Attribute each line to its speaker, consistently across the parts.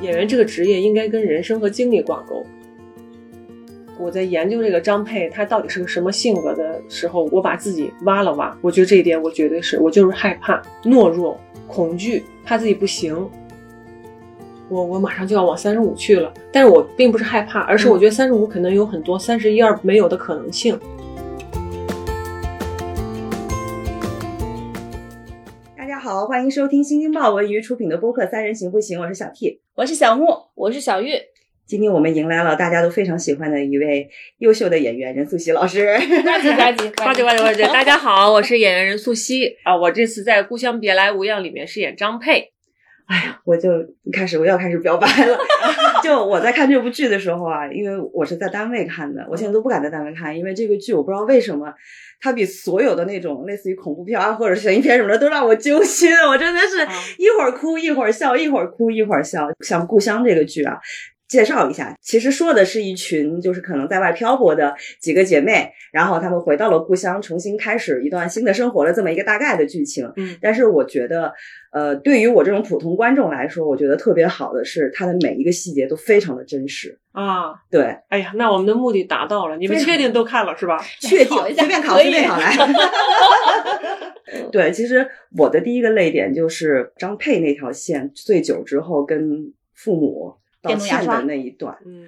Speaker 1: 演员这个职业应该跟人生和经历挂钩。我在研究这个张佩他到底是个什么性格的时候，我把自己挖了挖，我觉得这一点我绝对是，我就是害怕、懦弱、恐惧，怕自己不行。我我马上就要往三十五去了，但是我并不是害怕，而是我觉得三十五可能有很多三十一二没有的可能性。
Speaker 2: 大家好，欢迎收听新京报文娱出品的播客《三人行不行》，我是小 T。
Speaker 3: 我是小木，我是 小玉。
Speaker 2: 今天我们迎来了大家都非常喜欢的一位优秀的演员任素汐老师。
Speaker 3: 呱唧呱唧呱
Speaker 1: 呱唧呱唧呱唧！大家好，我是演员任素汐啊，我这次在《故乡别来无恙》里面饰演张佩。
Speaker 2: 我就开始我要开始表白了。 就我在看这部剧的时候啊，因为我是在单位看的，我现在都不敢在单位看，因为这个剧我不知道为什么，它比所有的那种类似于恐怖片啊或者悬疑片什么的都让我揪心。我真的是
Speaker 1: 啊
Speaker 2: 一会儿哭一会儿笑，一会儿哭一会儿笑。像《故乡》这个剧啊。介绍一下，其实说的是一群就是可能在外漂泊的几个姐妹，然后她们回到了故乡，重新开始一段新的生活的这么一个大概的剧情。
Speaker 1: 嗯
Speaker 2: 但是我觉得，呃，对于我这种普通观众来说，我觉得特别好的是它的每一个细节都非常的真实。
Speaker 1: 啊，
Speaker 2: 对，
Speaker 1: 哎呀，那我们的目的达到了，你们
Speaker 2: 非常
Speaker 1: 确定都看了是 吧？
Speaker 2: 确定
Speaker 3: 考一下
Speaker 2: 随便考，
Speaker 3: 可以
Speaker 2: 随便考来。 对，其实我的第一个泪点就是张佩那条线醉酒之后跟父母道
Speaker 3: 电动牙
Speaker 2: 歉
Speaker 3: 刷
Speaker 2: 的那一段，
Speaker 1: 嗯，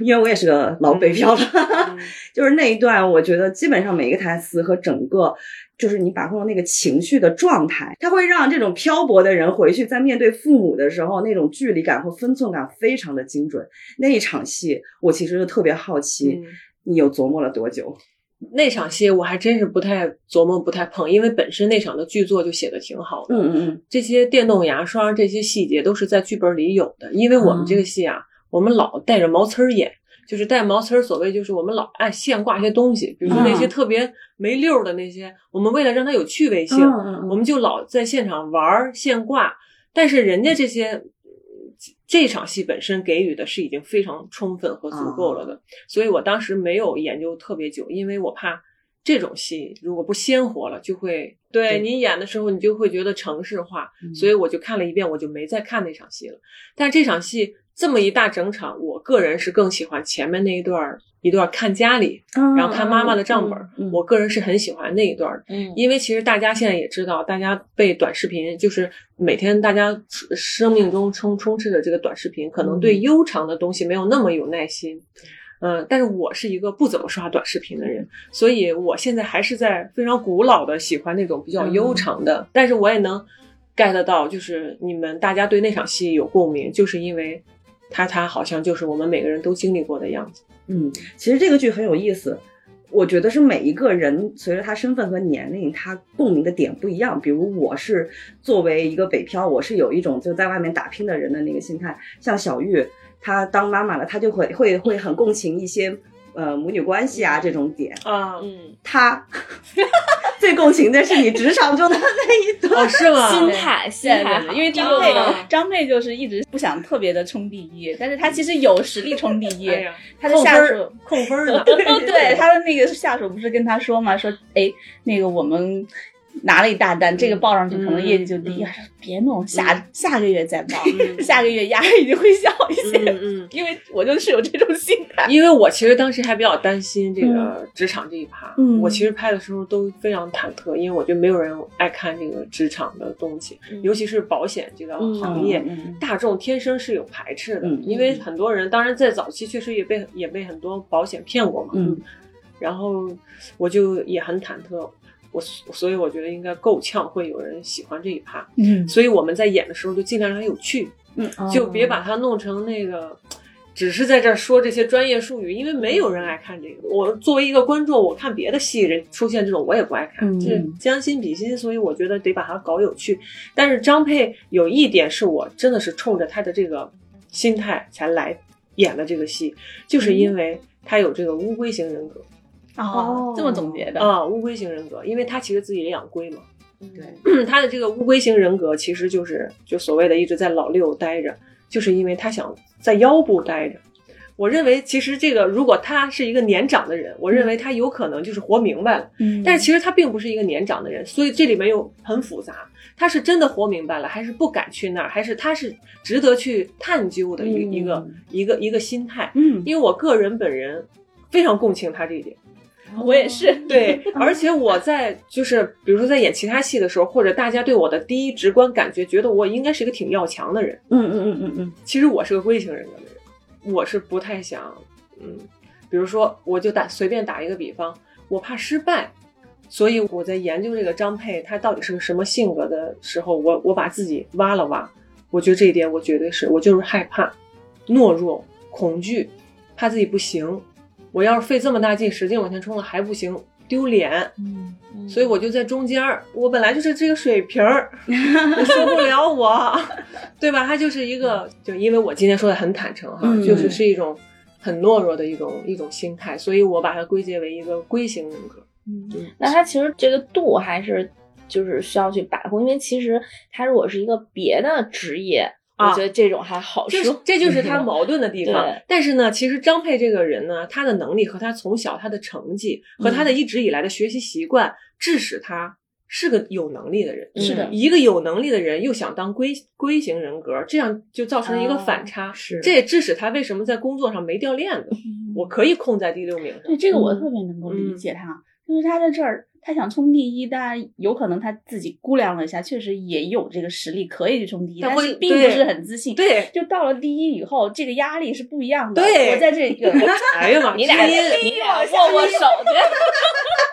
Speaker 2: 因为我也是个老北漂了，
Speaker 1: 嗯
Speaker 2: 就是那一段，我觉得基本上每一个台词和整个，就是你把控了那个情绪的状态，它会让这种漂泊的人回去在面对父母的时候，那种距离感和分寸感非常的精准。那一场戏，我其实是特别好奇，
Speaker 1: 嗯
Speaker 2: 你有琢磨了多久？
Speaker 1: 那场戏我还真是不太琢磨、不太碰，因为本身那场的剧作就写的挺好的。
Speaker 2: 嗯嗯嗯，
Speaker 1: 这些电动牙刷这些细节都是在剧本里有的，因为我们这个戏啊，我们老带着毛刺儿演，就是带毛刺儿，所谓就是我们老按线挂一些东西，比如说那些
Speaker 2: 嗯
Speaker 1: 特别没溜儿的那些，我们为了让它有趣味性，
Speaker 2: 嗯
Speaker 1: 我们就老在现场玩儿现挂，但是人家这些这场戏本身给予的是已经非常充分和足够了的，
Speaker 2: 哦
Speaker 1: 所以我当时没有研究特别久，因为我怕这种戏如果不鲜活了，就会对
Speaker 2: 对
Speaker 1: 你演的时候你就会觉得程式化，
Speaker 2: 嗯
Speaker 1: 所以我就看了一遍，我就没再看那场戏了。但这场戏这么一大整场，我个人是更喜欢前面那一段儿一段儿看家里，然后看妈妈的账本儿，
Speaker 2: 嗯
Speaker 1: 我个人是很喜欢那一段儿的
Speaker 3: 嗯，
Speaker 1: 因为其实大家现在也知道，大家被短视频，就是每天大家生生命中充充斥着这个短视频，可能对
Speaker 3: 嗯
Speaker 1: 悠长的东西没有那么有耐心。嗯，但是我是一个不怎么刷短视频的人，所以我现在还是在非常古老的喜欢那种比较
Speaker 3: 嗯
Speaker 1: 悠长的，但是我也能 get 到，就是你们大家对那场戏有共鸣，就是因为它它好像就是我们每个人都经历过的样子。
Speaker 2: 嗯，其实这个剧很有意思，我觉得是每一个人随着他身份和年龄，他共鸣的点不一样。比如我是作为一个北漂，我是有一种就在外面打拼的人的那个心态。像小玉，她当妈妈了，她就会会会很共情一些呃母女关系啊这种点。
Speaker 1: 啊，
Speaker 3: 嗯，
Speaker 2: 她最共情的是你职场中的那 一段。
Speaker 1: 哦，是吗？
Speaker 3: 心态心
Speaker 1: 对
Speaker 3: 态
Speaker 1: 对
Speaker 3: 好，
Speaker 1: 对
Speaker 3: 因为张佩
Speaker 1: 嗯
Speaker 3: 张佩就是一直不想特别的冲第一，但是他其实有实力冲第一
Speaker 1: 哎，呀，
Speaker 3: 他的下属。
Speaker 1: 扣分儿 呢。
Speaker 3: 对他的那个下属不是跟他说嘛，说哎，那个我们拿了一大单，这个报上去可能业绩就低。
Speaker 1: 嗯嗯嗯
Speaker 3: 他说别弄，下下个月再报，
Speaker 1: 嗯
Speaker 3: 下个月压力就会小一些。
Speaker 1: 嗯，
Speaker 3: 因为我就是有这种心态。
Speaker 1: 因为我其实当时还比较担心这个职场这一趴，
Speaker 3: 嗯
Speaker 1: 我其实拍的时候都非常忐忑，因为我觉得没有人爱看这个职场的东西，
Speaker 3: 嗯
Speaker 1: 尤其是保险这个行业。
Speaker 2: 嗯
Speaker 1: 大众天生是有排斥的，
Speaker 2: 嗯
Speaker 1: 因为很多人，当然在早期确实也被也被很多保险骗过嘛，
Speaker 2: 嗯，
Speaker 1: 然后我就也很忐忑，我所以我觉得应该够呛会有人喜欢这一趴，
Speaker 3: 嗯，哦
Speaker 1: 所以我们在演的时候就尽量让它有趣，
Speaker 2: 嗯，嗯
Speaker 1: 就别把它弄成那个，只是在这儿说这些专业术语，因为没有人爱看这个。我作为一个观众，我看别的戏人出现这种，我也不爱看，
Speaker 3: 嗯
Speaker 1: 这将心比心，所以我觉得得把它搞有趣。但是张佩有一点是我真的是冲着他的这个心态才来演的这个戏，
Speaker 3: 嗯
Speaker 1: 就是因为他有这个乌龟型人格
Speaker 3: 哦，这么总结的，
Speaker 1: 啊，乌龟型人格，因为他其实自己也养龟嘛。
Speaker 2: 对，
Speaker 1: 他的这个乌龟型人格其实就是就所谓的一直在老六待着，就是因为他想在腰部待着。我认为其实这个如果他是一个年长的人，我认为他有可能就是活明白了。
Speaker 3: 嗯
Speaker 1: 但是其实他并不是一个年长的人，所以这里面又很复杂。他是真的活明白了，还是不敢去那儿，还是他是值得去探究的一
Speaker 2: 嗯
Speaker 1: 一个一个一个心态。
Speaker 2: 嗯，
Speaker 1: 因为我个人本人非常共情他这一点，
Speaker 2: 嗯
Speaker 3: 我也是，
Speaker 1: 对，而且我在就是比如说在演其他戏的时候，或者大家对我的第一直观感觉觉得我应该是一个挺要强的人，
Speaker 2: 嗯，嗯嗯嗯嗯
Speaker 1: 其实我是个规行人格的人，我是不太想，嗯，比如说，我就打随便打一个比方，我怕失败，所以我在研究这个张佩他到底是个什么性格的时候，我我把自己挖了挖，我觉得这一点我绝对是，我就是害怕、懦弱、恐惧，怕自己不行，我要是费这么大劲使劲往前冲了还不行，丢脸，
Speaker 3: 嗯，
Speaker 1: 所以我就在中间儿，我本来就是这个水平儿，你受不了我， 对吧？他就是一个，就因为我今天说的很坦诚哈，
Speaker 2: 嗯
Speaker 1: 就是是一种很懦弱的一种一种心态，所以我把它归结为一个龟型人格。嗯
Speaker 4: 那他其实这个度还是就是需要去把控，因为其实他如果是一个别的职业，
Speaker 1: 啊
Speaker 4: 我觉得这种还好
Speaker 1: 这是
Speaker 4: 说。嗯
Speaker 1: 这就是他矛盾的地方
Speaker 4: 对。
Speaker 1: 但是呢，其实张佩这个人呢，他的能力和他从小他的成绩和
Speaker 4: 嗯
Speaker 1: 他的一直以来的学习习惯，致使他是个有能力的人。
Speaker 4: 嗯是的
Speaker 1: 一个有能力的人又想当龟龟型人格，这样就造成了一个
Speaker 4: 哦
Speaker 1: 反差。
Speaker 2: 是
Speaker 1: 这也致使他为什么在工作上没掉链 子。
Speaker 3: 嗯
Speaker 1: 我可以控在第六名上
Speaker 3: 对，这个我
Speaker 2: 嗯
Speaker 3: 特别能够理解他，就是他在这儿，他想冲第一，但有可能他自己估量了一下，确实也有这个实力可以去冲第一，
Speaker 1: 但
Speaker 3: 但
Speaker 1: 会
Speaker 3: 是并不
Speaker 1: 对
Speaker 3: 是很自信。，
Speaker 1: 对，
Speaker 3: 就到了第一以后，这个压力是不一样的。
Speaker 1: 对
Speaker 3: 我在这个
Speaker 1: 哎呀妈，
Speaker 4: 你俩
Speaker 1: 基因
Speaker 4: 你俩握握手 去。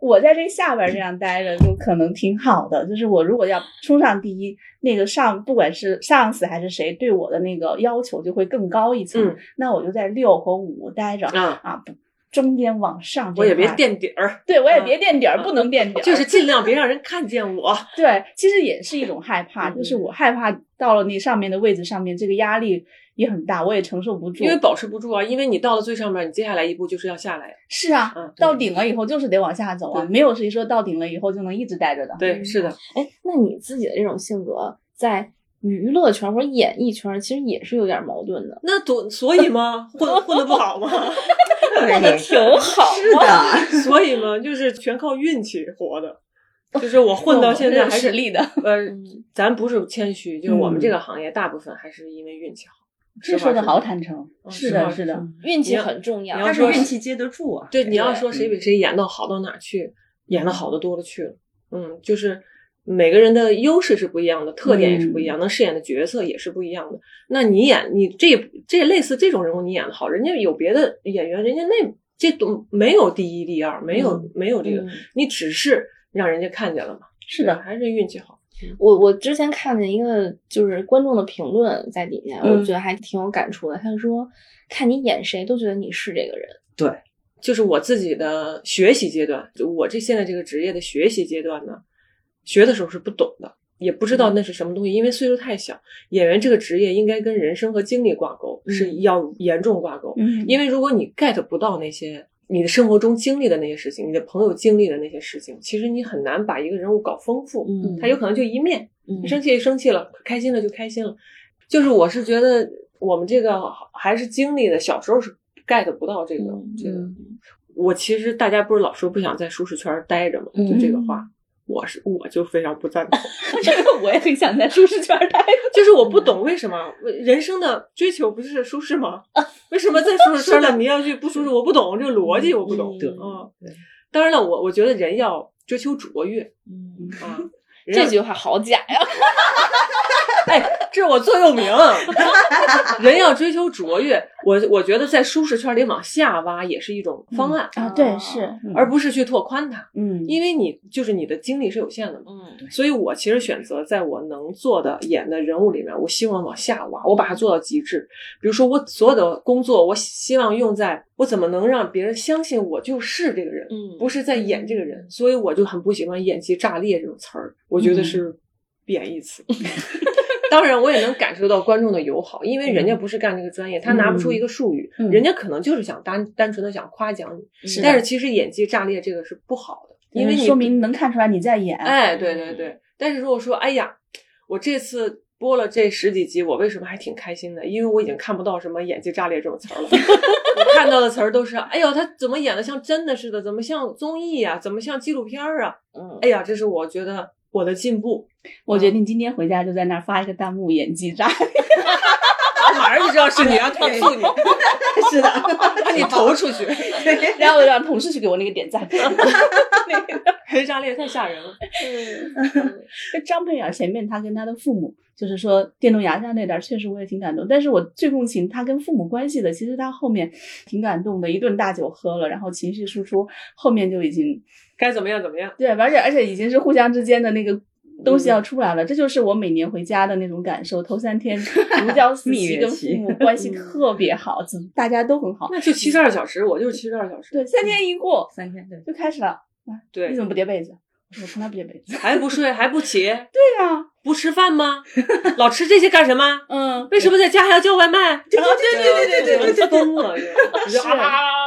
Speaker 3: 我在这下边这样待着就可能挺好的，就是我如果要冲上第一，那个上不管是上司还是谁对我的那个要求就会更高一层，
Speaker 1: 嗯
Speaker 3: 那我就在六和五待着、
Speaker 1: 啊，
Speaker 3: 啊，不中间往上这
Speaker 1: 我也别
Speaker 3: 块儿，
Speaker 1: 垫底儿，
Speaker 3: 对我也
Speaker 1: 嗯
Speaker 3: 别垫底儿，
Speaker 1: 嗯
Speaker 3: 不能垫底儿，
Speaker 1: 就是尽量别让人看见 我。
Speaker 3: 对，其实也是一种害怕，
Speaker 1: 嗯
Speaker 3: 就是我害怕到了那上面的位置上面，这个压力也很大，我也承受不住，
Speaker 1: 因为保持不住啊，因为你到了最上面，你接下来一步就是要下来呀。
Speaker 3: 是啊，
Speaker 1: 嗯对
Speaker 3: 到顶了以后就是得往下走啊，
Speaker 1: 对
Speaker 3: 没有谁说到顶了以后就能一直待着的。
Speaker 1: 对，是的，
Speaker 4: 哎，那你自己的这种性格在娱乐圈或者演艺圈，其实也是有点矛盾的。
Speaker 1: 那多所以嘛，混混的不好嘛，
Speaker 4: 那就挺好嘛。
Speaker 2: 是的，
Speaker 1: 所以嘛，就是全靠运气活的。就是我混到现在还
Speaker 3: 是
Speaker 1: 是
Speaker 3: 有实力的，
Speaker 1: 呃，咱不是谦虚，就是我们
Speaker 2: 嗯
Speaker 1: 这个行业大部分还是因为运气好。
Speaker 3: 这
Speaker 1: 实话
Speaker 3: 说的
Speaker 1: 实
Speaker 3: 好
Speaker 1: 说
Speaker 3: 坦诚，
Speaker 1: 嗯
Speaker 3: 是
Speaker 1: 实话
Speaker 3: 的，
Speaker 1: 实
Speaker 3: 是的
Speaker 2: 说，
Speaker 4: 运气
Speaker 1: 你要
Speaker 4: 很重要。
Speaker 1: 你要
Speaker 2: 但是
Speaker 1: 说
Speaker 2: 运气接得住啊。
Speaker 1: 对，你要
Speaker 4: 对嗯
Speaker 1: 说谁比谁演到好到哪儿去，演的好的多了去了。嗯，就是每个人的优势是不一样的，特点也是不一
Speaker 4: 嗯
Speaker 1: 样，能饰演的角色也是不一样的。那你演你这这类似这种人物，你演的好，人家有别的演员，人家那这都没有第一第二，没有、没有这个，
Speaker 4: 嗯
Speaker 1: 你只是让人家看见了嘛。
Speaker 3: 是的，
Speaker 1: 还是运气好。
Speaker 4: 我我之前看见一个就是观众的评论在底下，
Speaker 2: 嗯
Speaker 4: 我觉得还挺有感触的。他就说，看你演谁都觉得你是这个人。
Speaker 1: 就是我自己的学习阶段，就我这现在这个职业的学习阶段呢，学的时候是不懂的，也不知
Speaker 4: 嗯
Speaker 1: 道那是什么东西，因为岁数太小。演员这个职业应该跟人生和经历挂钩，
Speaker 2: 嗯
Speaker 1: 是要严重挂钩。
Speaker 3: 嗯
Speaker 1: 因为如果你 get 不到那些你的生活中经历的那些事情，你的朋友经历的那些事情，其实你很难把一个人物搞丰富。
Speaker 4: 嗯
Speaker 1: 他有可能就一面，
Speaker 4: 嗯
Speaker 1: 你生气就生气了，开心了就开心了。就是我是觉得我们这个还是经历的，小时候是 get 不到这个、
Speaker 4: 嗯
Speaker 1: 这个。我其实大家不是老说不想在舒适圈待着嘛，就这个话，我是我就非常不赞同。
Speaker 3: 嗯 这个我也很想在舒适圈待着。
Speaker 1: 就是我不懂为什么人生的追求不是舒适吗？为什么在舒适圈了你要去不舒适？我不懂这个逻辑，我不懂。
Speaker 2: 对
Speaker 1: 嗯
Speaker 2: 对，
Speaker 1: 当然了，我我觉得人要追求卓越
Speaker 4: 嗯，
Speaker 1: 啊。 人要
Speaker 4: 这句话好假呀！
Speaker 1: 哎，这是我座右铭。 人要追求卓越，我我觉得在舒适圈里往下挖也是一种方案，
Speaker 3: 啊，对，是，
Speaker 1: 而不是去拓宽它，
Speaker 2: 嗯
Speaker 1: 因为你就是你的精力是有限的嘛。
Speaker 4: 嗯，
Speaker 1: 所以我其实选择在我能做的演的人物里面，我希望往下挖，我把它做到极致。比如说，我所有的工作，我希望用在我怎么能让别人相信我就是这个人，
Speaker 4: 嗯
Speaker 1: 不是在演这个人。所以我就很不喜欢“演技炸裂”这种词儿，我觉得是贬义词。 当然，我也能感受到观众的友好，因为人家不是干这个专业，他拿不出一个术语，
Speaker 2: 嗯
Speaker 1: 人家可能就是想单单纯的想夸奖你，
Speaker 4: 是
Speaker 1: 但是其实演技炸裂这个是不好的，因
Speaker 3: 嗯
Speaker 1: 为你
Speaker 3: 说明能看出来你在演。
Speaker 1: 哎，对对对。但是如果说，哎呀，我这次播了这十几集，我为什么还挺开心的？因为我已经看不到什么演技炸裂这种词儿了， 我看到的词儿都是，哎呦，他怎么演的像真的似的？怎么像综艺呀、怎么像纪录片儿啊？
Speaker 4: 嗯，
Speaker 1: 哎呀，这是我觉得我的进步，
Speaker 3: 我
Speaker 1: 嗯
Speaker 3: 决定今天回家就在那儿发一个弹幕演技炸。
Speaker 1: 马上就知道是你要投诉你，
Speaker 2: 是的，
Speaker 1: 把你投出去，
Speaker 3: 然后我让同事去给我那个点赞。
Speaker 1: 演技炸裂太吓人了。
Speaker 4: 嗯，
Speaker 3: 就张佩雅前面她跟她的父母，就是说电动牙刷那点，儿，确实我也挺感动。但是我最共情她跟父母关系的，其实她后面挺感动的，一顿大酒喝了，然后情绪输出，后面就已经
Speaker 1: 该怎么样怎么样。
Speaker 3: 对，而且而且已经是互相之间的那个。东西要出来了，这就是我每年回家的那种感受。头三天如胶似
Speaker 2: 蜜
Speaker 3: 漆，
Speaker 2: 月
Speaker 3: 跟
Speaker 2: 期
Speaker 3: 父母关系特别好，怎么大家都很好。
Speaker 1: 那就七十二小时，我就是七十二小时。
Speaker 3: 对，三天一过
Speaker 2: 三天对，
Speaker 3: 就开始了。你
Speaker 1: 对
Speaker 3: 怎，么不叠被子？我说我从来不叠被子。
Speaker 1: 还不睡，还不起，
Speaker 3: 对呀、
Speaker 1: 不吃饭吗？老吃这些干什么？
Speaker 3: 嗯，
Speaker 1: 为什么在家还要叫外卖？
Speaker 2: 对对对对对对对对，
Speaker 1: 疯了！ 就就啊啊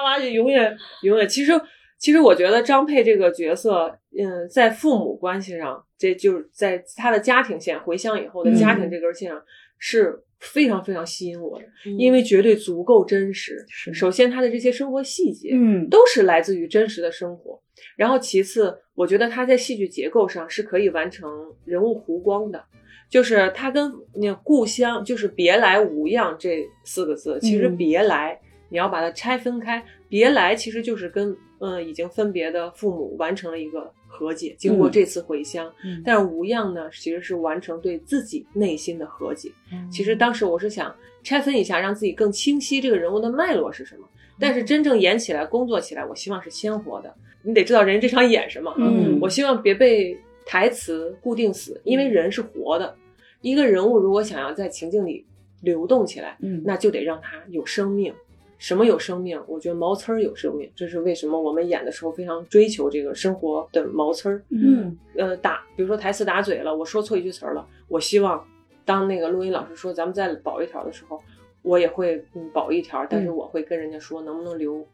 Speaker 1: 啊啊！就永远永远。其实其实，我觉得张佩这个角色，嗯，在父母关系上，这就是在他的家庭线回乡以后的家庭这根线上、是非常非常吸引我的，因
Speaker 4: 嗯
Speaker 1: 为绝对足够真实。
Speaker 2: 是
Speaker 1: 首先，他的这些生活细节，
Speaker 3: 嗯，
Speaker 1: 都是来自于真实的生活。然后其次，我觉得他在戏剧结构上是可以完成人物弧光的，就是他跟那故乡，就是别来无恙这四个字，其实
Speaker 3: 嗯
Speaker 1: 别来，你要把它拆分开，别来其实就是跟嗯已经分别的父母完成了一个和解，经过
Speaker 2: 嗯
Speaker 1: 这次回乡，
Speaker 2: 嗯
Speaker 1: 但是无恙呢，其实是完成对自己内心的和解。其实当时我是想拆分一下，让自己更清晰这个人物的脉络是什么。但是真正演起来、工作起来，我希望是鲜活的。你得知道人这场演什么。
Speaker 3: 嗯
Speaker 1: 我希望别被台词固定死，因为人是活的。一个人物如果想要在情境里流动起来，
Speaker 2: 嗯
Speaker 1: 那就得让他有生命。什么有生命？我觉得毛刺儿有生命，这是为什么我们演的时候非常追求这个生活的毛刺儿。
Speaker 2: 嗯
Speaker 1: 呃打，比如说台词打嘴了，我说错一句词儿了，我希望当那个录音老师说咱们再保一条的时候，我也会嗯保一条，但是我会跟人家说能不能留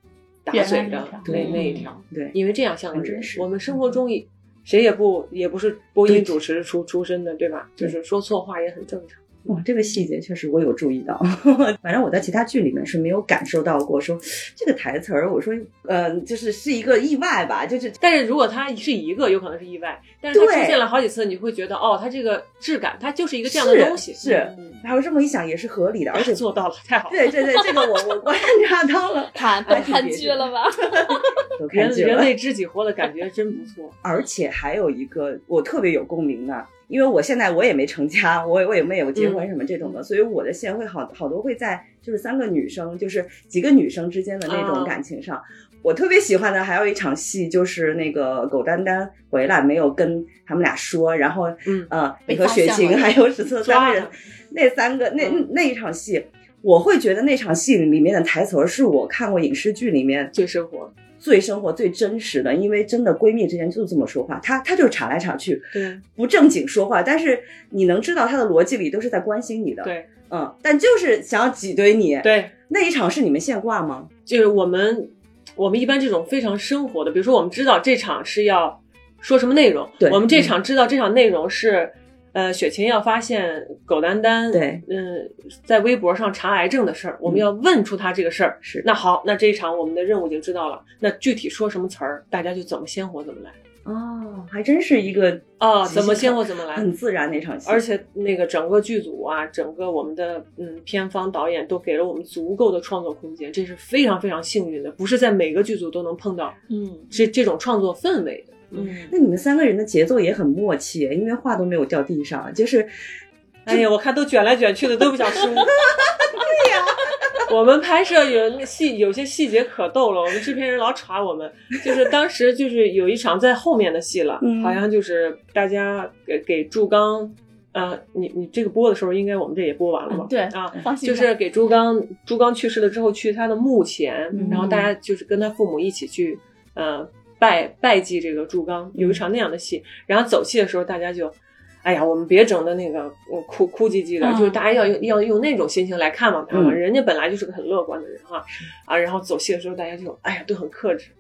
Speaker 1: 打
Speaker 3: 原来
Speaker 1: 嘴
Speaker 3: 那
Speaker 1: 的
Speaker 3: 条
Speaker 1: 那
Speaker 2: 对
Speaker 1: 那一条，
Speaker 2: 对，
Speaker 1: 因为这样像个
Speaker 2: 很真
Speaker 1: 人。
Speaker 2: 实嗯
Speaker 1: 我们生活中也谁也不也不是播音
Speaker 2: 对
Speaker 1: 主持出出身的，对吧？
Speaker 2: 对
Speaker 1: 就是说错话也很正常。
Speaker 2: 哇，这个细节确实我有注意到， 反正我在其他剧里面是没有感受到过说这个台词儿，我说呃，就是是一个意外吧，就是
Speaker 1: 但是如果他是一个，有可能是意外，但是他
Speaker 2: 对
Speaker 1: 出现了好几次，你会觉得哦，他这个质感，他就是一个这样的
Speaker 2: 是
Speaker 1: 东西，
Speaker 2: 是
Speaker 1: 嗯，
Speaker 2: 然后这么一想也是合理的，而
Speaker 1: 而
Speaker 2: 且
Speaker 1: 且做到了，太好了。
Speaker 2: 对对对，这个我我观察到了，
Speaker 4: 看都看剧了吧？
Speaker 2: 都看
Speaker 1: 人
Speaker 2: 见
Speaker 1: 人
Speaker 2: 了。
Speaker 1: 为知己活的感觉真不错。
Speaker 2: 而且还有一个我特别有共鸣的，因为我现在我也没成家， 我也我也没有结婚什么这种的，所以我的线会好好多会在就是三个女生，就是几个女生之间的那种
Speaker 1: 哦
Speaker 2: 感情上。我特别喜欢的还有一场戏，就是那个狗丹丹回来没有跟他们俩说，然后
Speaker 1: 嗯
Speaker 2: 呃，
Speaker 3: 被
Speaker 2: 你和
Speaker 3: 发
Speaker 2: 雪
Speaker 3: 现
Speaker 2: 晴
Speaker 3: 了
Speaker 2: 还有史策三个人
Speaker 1: 抓了，
Speaker 2: 那三个那
Speaker 1: 嗯
Speaker 2: 那一场戏。我会觉得那场戏里面的台词儿是我看过影视剧里面
Speaker 1: 最生活，
Speaker 2: 最生活、最真实的，因为真的闺蜜之间就这么说话，她她就是岔来岔去，
Speaker 1: 对
Speaker 2: 不正经说话，但是你能知道她的逻辑里都是在关心你的，，
Speaker 1: 对
Speaker 2: 嗯，但就是想要挤兑你。
Speaker 1: 对，
Speaker 2: 那一场是你们现挂吗？
Speaker 1: 就是我们我们一般这种非常生活的，比如说我们知道这场是要说什么内容，
Speaker 2: 对嗯
Speaker 1: 我们这场知道这场内容是。呃，雪琴要发现狗丹丹，
Speaker 2: 对，
Speaker 1: 嗯、在微博上查癌症的事儿，我们
Speaker 2: 嗯
Speaker 1: 要问出他这个事儿。
Speaker 2: 是
Speaker 1: 那好，那这一场我们的任务已经知道了，那具体说什么词儿，大家就怎么鲜活怎么来
Speaker 2: 哦，还真是一个
Speaker 1: 啊，
Speaker 2: 即
Speaker 1: 怎么
Speaker 2: 兴
Speaker 1: 鲜活怎么来，
Speaker 2: 很自然那场戏，
Speaker 1: 而且那个整个剧组啊，整个我们的嗯片方导演都给了我们足够的创作空间，这是非常非常幸运的，不是在每个剧组都能碰到
Speaker 4: 嗯
Speaker 1: 这这种创作氛围的。
Speaker 4: 嗯，
Speaker 2: 那你们三个人的节奏也很默契，因为话都没有掉地上，就是
Speaker 1: 哎呀，我看都卷来卷去的，都不想输。对呀、 我们拍摄有那细有些细节可逗了，我们制片人老查我们，就是当时就是有一场在后面的戏了，
Speaker 2: 嗯
Speaker 1: 好像就是大家给给祝刚，呃，你你这个播的时候，应该我们这也播完了吧？
Speaker 3: 嗯对
Speaker 1: 啊，
Speaker 3: 放心
Speaker 1: 就
Speaker 3: 吧，
Speaker 1: 是给朱刚，朱刚去世了之后去他的墓前，
Speaker 2: 嗯
Speaker 1: 然后大家就是跟他父母一起去，呃，拜拜祭这个朱刚，
Speaker 3: 嗯
Speaker 1: 有一场那样的戏。然后走戏的时候，大家就，哎呀，我们别整的那个呃哭哭唧唧的，
Speaker 3: 嗯
Speaker 1: 就是大家要用要用那种心情来看望他嘛。
Speaker 2: 嗯
Speaker 1: 人家本来就是个很乐观的人哈，啊，然后走戏的时候，大家就，哎呀，都很克制，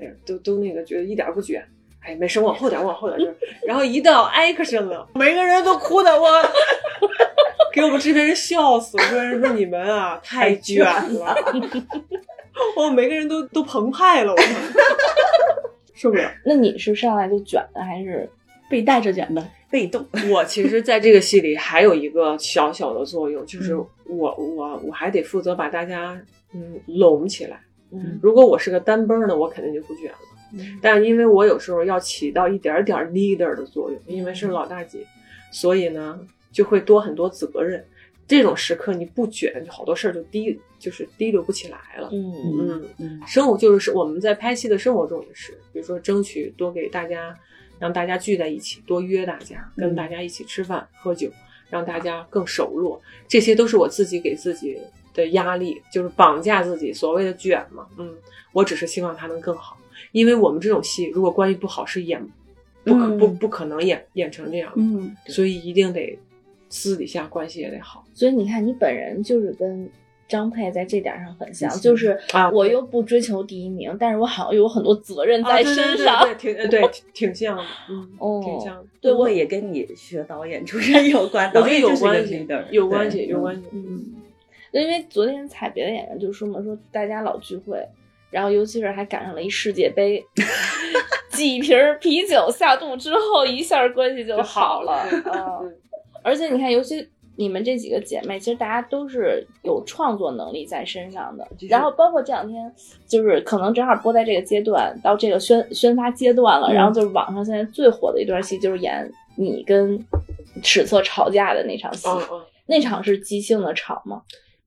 Speaker 1: 哎呀，都都那个觉得一点儿不卷。哎，没事，往后点，往后点，就是，然后一到 action 了，每个人都哭的我 给我们制片人笑死，我说人说你们啊太卷了， 我每个人都都澎湃了，我们受不了。
Speaker 4: 那你是上来就卷的，还是
Speaker 3: 被带着卷的，
Speaker 2: 被动，
Speaker 1: 我其实在这个戏里还有一个小小的作用，就是
Speaker 4: 嗯
Speaker 1: 我我我还得负责把大家嗯拢起来。
Speaker 4: 嗯
Speaker 1: 如果我是个单奔儿呢，我肯定就不卷了。
Speaker 4: 嗯
Speaker 1: 但因为我有时候要起到一点儿点儿 leader 的作用，因为
Speaker 4: 嗯
Speaker 1: 是老大姐，所以呢就会多很多责任。这种时刻你不卷，好多事儿就滴就是滴溜不起来了。
Speaker 4: 嗯
Speaker 1: 嗯，
Speaker 2: 嗯
Speaker 1: 生活就是我们在拍戏的生活中也是，比如说争取多给大家，让大家聚在一起，多约大家，跟
Speaker 3: 嗯
Speaker 1: 大家一起吃饭、喝酒，让大家更熟络，这些都是我自己给自己的压力，就是绑架自己，所谓的卷嘛。嗯，我只是希望它能更好，因为我们这种戏如果关系不好是演，不可、
Speaker 3: 嗯
Speaker 1: 不不可能演演成这样，
Speaker 3: 嗯，
Speaker 1: 所以一定得私底下关系也得好。
Speaker 4: 所以你看，你本人就是跟张佩在这点上很像，
Speaker 2: 很像
Speaker 4: 就是
Speaker 1: 啊
Speaker 4: 我又不追求第一名，但是我好像有很多责任嗯在身上。
Speaker 1: 啊、对对对对，挺呃对挺挺像的，嗯，
Speaker 4: 哦
Speaker 1: 挺像的。
Speaker 2: 对
Speaker 4: 对我
Speaker 2: 我也跟你学导演出身有关，
Speaker 1: 我
Speaker 2: 导
Speaker 1: 觉得
Speaker 2: 演
Speaker 1: 有
Speaker 2: 就是一个
Speaker 1: 关系
Speaker 2: leader，，
Speaker 1: 有关系，
Speaker 2: 对
Speaker 1: 有
Speaker 2: 嗯
Speaker 1: 关系。
Speaker 4: 嗯，因为昨天采别的演员就说嘛，说大家老聚会，然后尤其是还赶上了一世界 杯，几瓶啤酒下肚之后，一下关系就好了。
Speaker 1: 就好了
Speaker 4: 嗯， 而且你看，尤其。你们这几个姐妹，其实大家都是有创作能力在身上的。
Speaker 1: 是
Speaker 4: 然后包括这两天，就是可能正好播在这个阶段，到这个宣宣发阶段了。
Speaker 2: 嗯
Speaker 4: 然后就是网上现在最火的一段戏，就是演你跟史策吵架的那场戏。
Speaker 1: 嗯嗯，
Speaker 4: 那场是即兴的吵吗？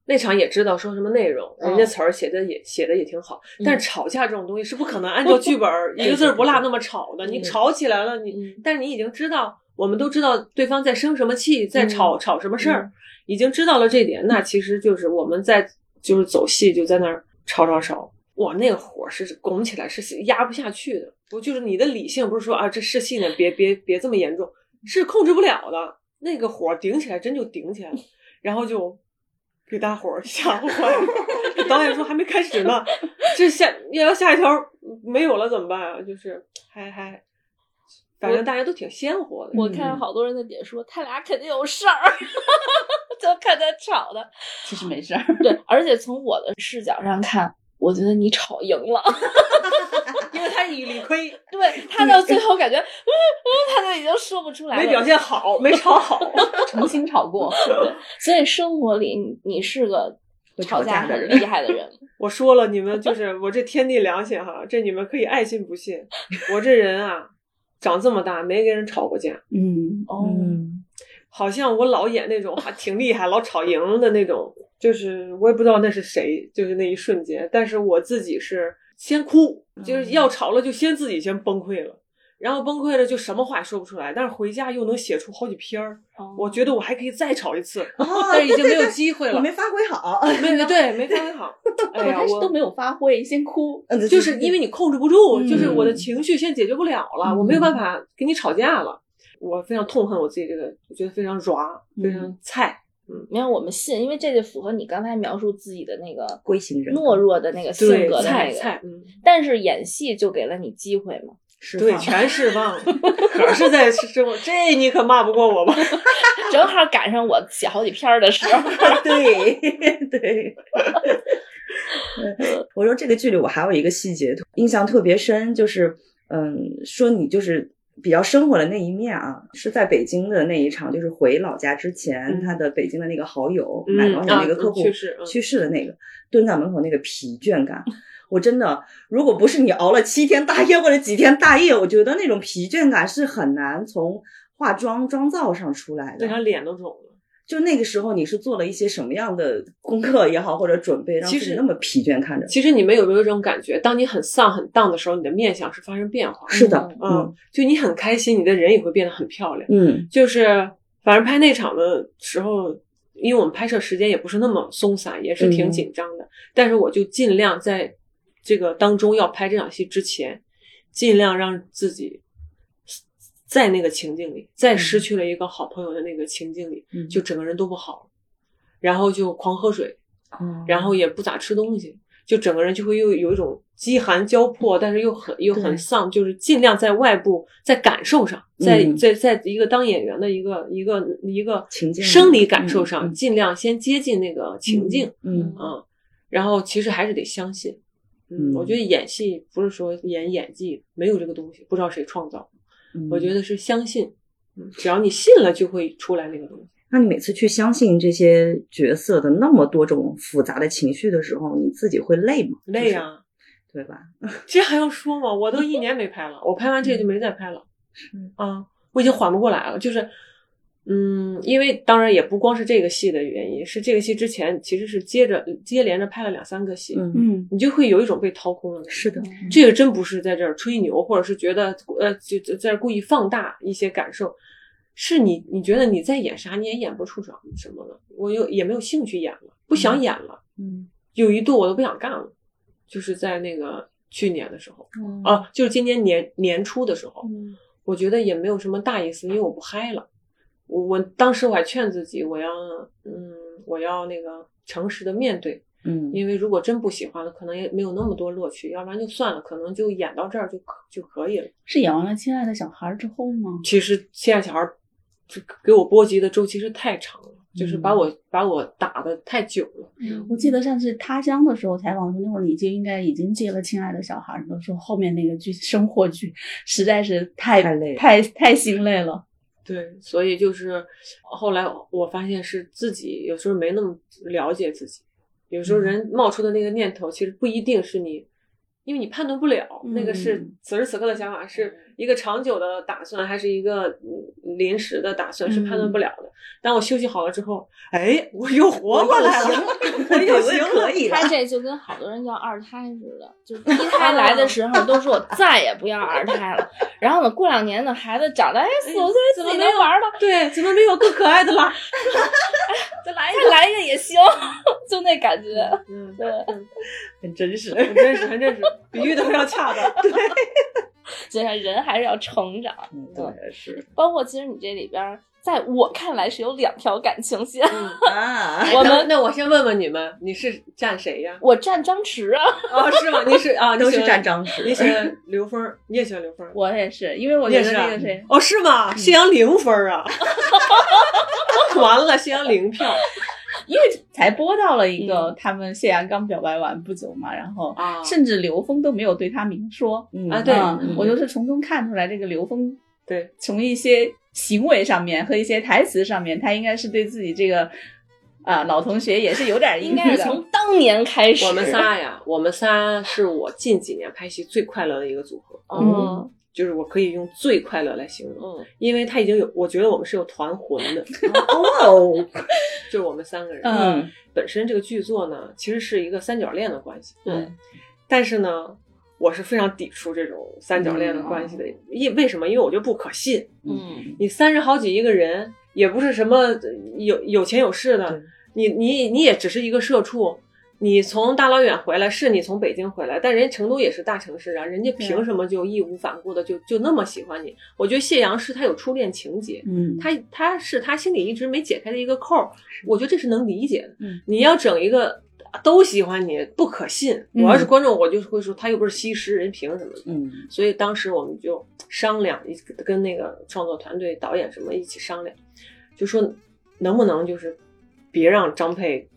Speaker 1: 那场也知道说什么内容，
Speaker 4: 嗯
Speaker 1: 人家词儿写的也写的也挺好，
Speaker 4: 嗯
Speaker 1: 但是吵架这种东西是不可能按照剧本 儿一个字儿不落那么吵的。
Speaker 4: 嗯
Speaker 1: 你吵起来了，你
Speaker 4: 嗯
Speaker 1: 但是你已经知道，我们都知道对方在生什么气，在
Speaker 2: 嗯
Speaker 1: 吵吵什么事儿，已经知道了这点，那其实就是我们在就是走戏就在那儿吵吵吵。哇，那个火是拱起来，是压不下去的。不就是你的理性不是说啊，这是戏呢，别别别这么严重，是控制不了的。那个火顶起来，真就顶 起来了，然后就给大伙儿吓坏了。 导演说还没开始呢，这下要要下一条没有了怎么办啊？就是还还，反正大家都挺鲜活的。
Speaker 4: 我看好多人在底下说他俩肯定有事儿， 就看他吵的。
Speaker 3: 其实没事儿。
Speaker 4: 对，而且从我的视角上看，我觉得你吵赢了。
Speaker 1: 因为他理理亏，
Speaker 4: 对他到最后感觉，嗯 嗯，他就已经说不出来了。
Speaker 1: 没表现好，没吵好。
Speaker 3: 重新炒过，
Speaker 4: 所以生活里你你是个
Speaker 2: 会
Speaker 4: 吵
Speaker 2: 吵
Speaker 4: 架
Speaker 2: 架的
Speaker 4: 很
Speaker 2: 人
Speaker 4: 厉害的 人。
Speaker 1: 我说了，你们就是我这天地良心哈，这你们可以爱信不信。我这人啊，长这么大没跟人吵过架，
Speaker 3: 嗯，
Speaker 4: 哦
Speaker 2: 嗯，
Speaker 1: 好像我老演那种还挺厉害、老吵赢的那种，就是我也不知道那是谁，就是那一瞬间。但是我自己是先哭，
Speaker 2: 嗯
Speaker 1: 就是要吵了就先自己先崩溃了，然后崩溃了就什么话也说不出来，但是回家又能写出好几篇儿。
Speaker 4: 哦
Speaker 1: 我觉得我还可以再吵一次，
Speaker 2: 哦，
Speaker 1: 但是已经
Speaker 2: 对
Speaker 1: 没
Speaker 2: 对
Speaker 1: 有
Speaker 2: 对
Speaker 1: 机会
Speaker 2: 我
Speaker 1: 了
Speaker 2: 没。发挥好，
Speaker 1: 没没对，没发挥好。哎
Speaker 3: 我
Speaker 1: 呀，
Speaker 3: 开始
Speaker 1: 我
Speaker 3: 都没有发挥，先哭，
Speaker 2: 嗯
Speaker 1: 就是因为你控制不住，
Speaker 3: 嗯
Speaker 1: 就是我的情绪现在解决不了了，
Speaker 3: 嗯
Speaker 1: 我没有办法跟你吵架了，我非常痛恨我自己这个，我觉得非常软，
Speaker 3: 嗯
Speaker 1: 非常菜。
Speaker 4: 嗯没有我们信，因为这就符合你刚才描述自己的那个
Speaker 2: 龟形人格
Speaker 4: 懦弱的那个性
Speaker 1: 对，
Speaker 4: 格的那
Speaker 1: 菜
Speaker 4: 个。
Speaker 1: 菜，嗯，
Speaker 4: 但是演戏就给了你机会嘛。
Speaker 2: 释
Speaker 1: 对，
Speaker 2: 放
Speaker 1: 全释放了。可是在生活，这你可骂不过我吧？
Speaker 4: 正好赶上我写好几篇儿的时 候。
Speaker 2: 对 对。嗯我说这个剧里我还有一个细节印象特别深，就是嗯，说你就是比较生活的那一面啊，是在北京的那一场，就是回老家之前，
Speaker 1: 嗯
Speaker 2: 他的北京的那个好友、
Speaker 1: 嗯
Speaker 2: 买保险那个客户、
Speaker 1: 啊去世嗯
Speaker 2: 去世的那个，蹲在门口那个疲倦感。我真的，如果不是你熬了七天大夜或者几天大夜，我觉得那种疲倦感是很难从化妆妆造上出来的。
Speaker 1: 那场脸都肿了。
Speaker 2: 就那个时候，你是做了一些什么样的功课也好，或者准备，让
Speaker 1: 其
Speaker 2: 自
Speaker 1: 实
Speaker 2: 己那么疲倦看着？
Speaker 1: 其实你们有没有这种感觉？当你很丧、很荡的时候，你的面相是发生变化的。
Speaker 2: 是的，
Speaker 1: 嗯，就你很开心，你的人也会变得很漂亮。
Speaker 2: 嗯
Speaker 1: 就是反正拍那场的时候，因为我们拍摄时间也不是那么松散，也是挺紧张的。但是我就尽量在这个当中要拍这场戏之前，尽量让自己在那个情境里，在失去了一个好朋友的那个情境里，
Speaker 2: 嗯，
Speaker 1: 就整个人都不好了，然后就狂喝水，
Speaker 2: 哦
Speaker 1: 然后也不咋吃东西。就整个人就会又有一种饥寒交迫，但是又很又
Speaker 2: 对
Speaker 1: 很丧，就是尽量在外部在感受上，在、
Speaker 2: 嗯
Speaker 1: 在在一个当演员的一个一个一个
Speaker 2: 情境
Speaker 1: 生理感受上，
Speaker 2: 嗯嗯
Speaker 1: 尽量先接近那个情境。
Speaker 2: 嗯
Speaker 1: 嗯，然后其实还是得相信。
Speaker 2: 嗯
Speaker 1: 我觉得演戏不是说演演技，没有这个东西，不知道谁创造。
Speaker 2: 嗯
Speaker 1: 我觉得是相信，嗯只要你信了，就会出来那个东西。
Speaker 2: 那你每次去相信这些角色的那么多种复杂的情绪的时候，你自己会累吗？
Speaker 1: 累
Speaker 2: 就是
Speaker 1: 啊，
Speaker 2: 对吧？
Speaker 1: 这还用说吗？我都一年没拍了，我拍完这
Speaker 2: 嗯
Speaker 1: 就没再拍了。
Speaker 4: 是
Speaker 1: 啊，我已经缓不过来了，就是。嗯，因为当然也不光是这个戏的原因，是这个戏之前其实是接着接连着拍了两三个戏，
Speaker 2: 嗯，
Speaker 3: 嗯，
Speaker 1: 你就会有一种被掏空了的感觉。
Speaker 2: 是的，
Speaker 1: 这个真不是在这儿吹牛，或者是觉得呃，就就在这儿故意放大一些感受，是你你觉得你在演啥，你也演不出什什么了，我又也没有兴趣演了，不想演了，
Speaker 2: 嗯，
Speaker 1: 有一度我都不想干了，就是在那个去年的时候，
Speaker 4: 嗯
Speaker 1: 啊，就是今年年年初的时候，
Speaker 4: 嗯
Speaker 1: 我觉得也没有什么大意思，因为我不嗨了。我我当时我还劝自己，我要嗯，我要那个诚实的面对，
Speaker 2: 嗯，
Speaker 1: 因为如果真不喜欢了，可能也没有那么多乐趣，要不然就算了，可能就演到这儿就可就可以了。
Speaker 3: 是演完了《亲爱的小孩》之后吗？
Speaker 1: 其实现在小孩儿就给我波及的周期是太长了，就是把
Speaker 4: 嗯
Speaker 1: 我、把我打的太久了。
Speaker 3: 我记得上次他乡的时候采访的时候，那会儿你就应该已经接了《亲爱的小孩》，你都说后面那个剧生活剧实在是太
Speaker 2: 太累了
Speaker 3: 太太心累了。
Speaker 1: 对，所以就是后来我发现是自己有时候没那么了解自己，有时候人冒出的那个念头其实不一定是你，因为你判断不了、那个是
Speaker 2: 嗯
Speaker 1: 此时此刻的想法，是一个长久的打算还是一个嗯临时的打算，是判断不了的。当我休息好了之后，哎，我又活过来了，我
Speaker 2: 我
Speaker 1: 又
Speaker 2: 有
Speaker 1: 行了
Speaker 2: 可。以了
Speaker 4: 他。这就跟好多人要二胎似的，就第一胎来的时候都说我再也不要二胎 了，然后呢，过两年呢，孩子长得哎四五岁
Speaker 1: 怎
Speaker 4: 自
Speaker 1: 么
Speaker 4: 己
Speaker 1: 没
Speaker 4: 能
Speaker 1: 有
Speaker 4: 玩了，
Speaker 1: 对，怎么没有更可爱的啦？
Speaker 4: 再来一个，再来一个也行， 就那感觉。
Speaker 1: 嗯，
Speaker 4: 对，
Speaker 2: 很真实。
Speaker 1: 很真实，很真实，比喻的非常恰当。
Speaker 4: 就像人还是要成长，
Speaker 2: 嗯，
Speaker 4: 对
Speaker 2: 对，是
Speaker 4: 包括其实你这里边儿，在我看来是有两条感情线，
Speaker 2: 啊，
Speaker 4: 我们
Speaker 1: 那那我先问问你们，你是站谁呀？
Speaker 4: 我站张弛啊，
Speaker 1: 哦，是吗？你是嗯啊，你
Speaker 2: 都
Speaker 1: 喜
Speaker 2: 是
Speaker 1: 欢
Speaker 2: 站张弛
Speaker 1: 你喜欢刘峰儿，你也喜欢刘峰儿，
Speaker 3: 我也是，因为我
Speaker 1: 你
Speaker 3: 觉
Speaker 1: 也
Speaker 3: 得
Speaker 1: 是啊
Speaker 3: 那个谁，
Speaker 1: 哦，是吗？谢阳零分儿 啊！完了，谢阳零 票
Speaker 3: 因为才播到了一个他们谢阳刚表白完不久嘛，然后
Speaker 1: 啊
Speaker 3: 甚至刘峰都没有对他明说，
Speaker 2: 嗯
Speaker 1: 啊对
Speaker 3: 嗯
Speaker 1: 嗯
Speaker 3: 我就是从中看出来，这个刘峰
Speaker 1: 对
Speaker 3: 从一些行为上面和一些台词上面，他应该是对自己这个啊、老同学也是有点
Speaker 4: 应
Speaker 3: 阴
Speaker 4: 该
Speaker 3: 影
Speaker 4: 是从
Speaker 3: 的。
Speaker 4: 当年开始，
Speaker 1: 我们，仨呀，我们仨是我近几年拍戏最快乐的一个组合，
Speaker 4: 嗯
Speaker 1: 就是我可以用最快乐来形容，
Speaker 4: 嗯，
Speaker 1: 因为他已经有，我觉得我们是有团魂的，
Speaker 2: 哇哦，
Speaker 1: 就是我们三个人，
Speaker 3: 嗯，
Speaker 1: 本身这个剧作呢，其实是一个三角恋的关系，嗯
Speaker 2: 对，
Speaker 1: 但是呢，我是非常抵触这种三角恋的关系的，因、为什么？因为我就不可信，
Speaker 4: 嗯，
Speaker 1: 你三十好几一个人，也不是什么呃有有钱有势的
Speaker 2: 对，
Speaker 1: 你你你也只是一个社畜。你从大老远回来，是你从北京回来，但人家成都也是大城市啊，人家凭什么就义无反顾的就就那么喜欢你？我觉得谢阳是他有初恋情节，
Speaker 2: 嗯
Speaker 1: 他他是他心里一直没解开的一个扣儿，我觉得这是能理解的。
Speaker 2: 嗯
Speaker 1: 你要整一个都喜欢你，不可信。
Speaker 3: 嗯
Speaker 1: 我要是观众，我就会说他又不是西施，人凭什么？
Speaker 2: 嗯
Speaker 1: 所以当时我们就商量，一跟那个创作团队、导演什么一起商量，就说能不能就是别让张佩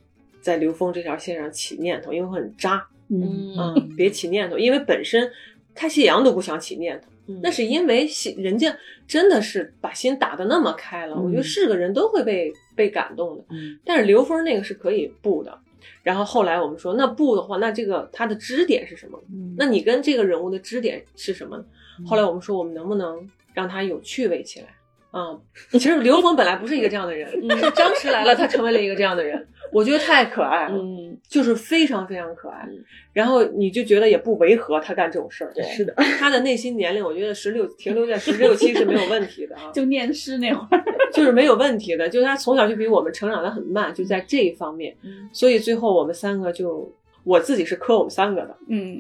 Speaker 1: 在刘峰这条线上起念头，因为会很渣。
Speaker 3: 嗯，
Speaker 4: 嗯，
Speaker 1: 嗯， 别起念头，因为本身他谢阳都不想起念头，
Speaker 4: 嗯
Speaker 1: 那是因为谢人家真的是把心打得那么开了，
Speaker 2: 嗯
Speaker 1: 我觉得是个人都会被被感动的。
Speaker 2: 嗯
Speaker 1: 但是刘峰那个是可以不的，然后后来我们说，那不的话，那这个他的支点是什么？
Speaker 2: 嗯
Speaker 1: 那你跟这个人物的支点是什么呢？
Speaker 4: 嗯
Speaker 1: 后来我们说，我们能不能让他有趣味起来？嗯，其实刘峰本来不是一个这样的人，
Speaker 4: 嗯
Speaker 1: 是张弛来了，他成为了一个这样的人，我觉得太可爱了。
Speaker 4: 嗯，
Speaker 1: 就是非常非常可爱
Speaker 4: 嗯，
Speaker 1: 然后你就觉得也不违和他干这种事 儿。
Speaker 4: 对
Speaker 2: 是的，
Speaker 1: 他的内心年龄，我觉得十六停留在十六七是没有问题的啊
Speaker 3: 就念诗那会儿，
Speaker 1: 就是没有问题的。就是他从小就比我们成长的很慢，就在这一方面，
Speaker 3: 嗯
Speaker 1: 所以最后我们三个就我自己是磕我们三个的。
Speaker 3: 嗯，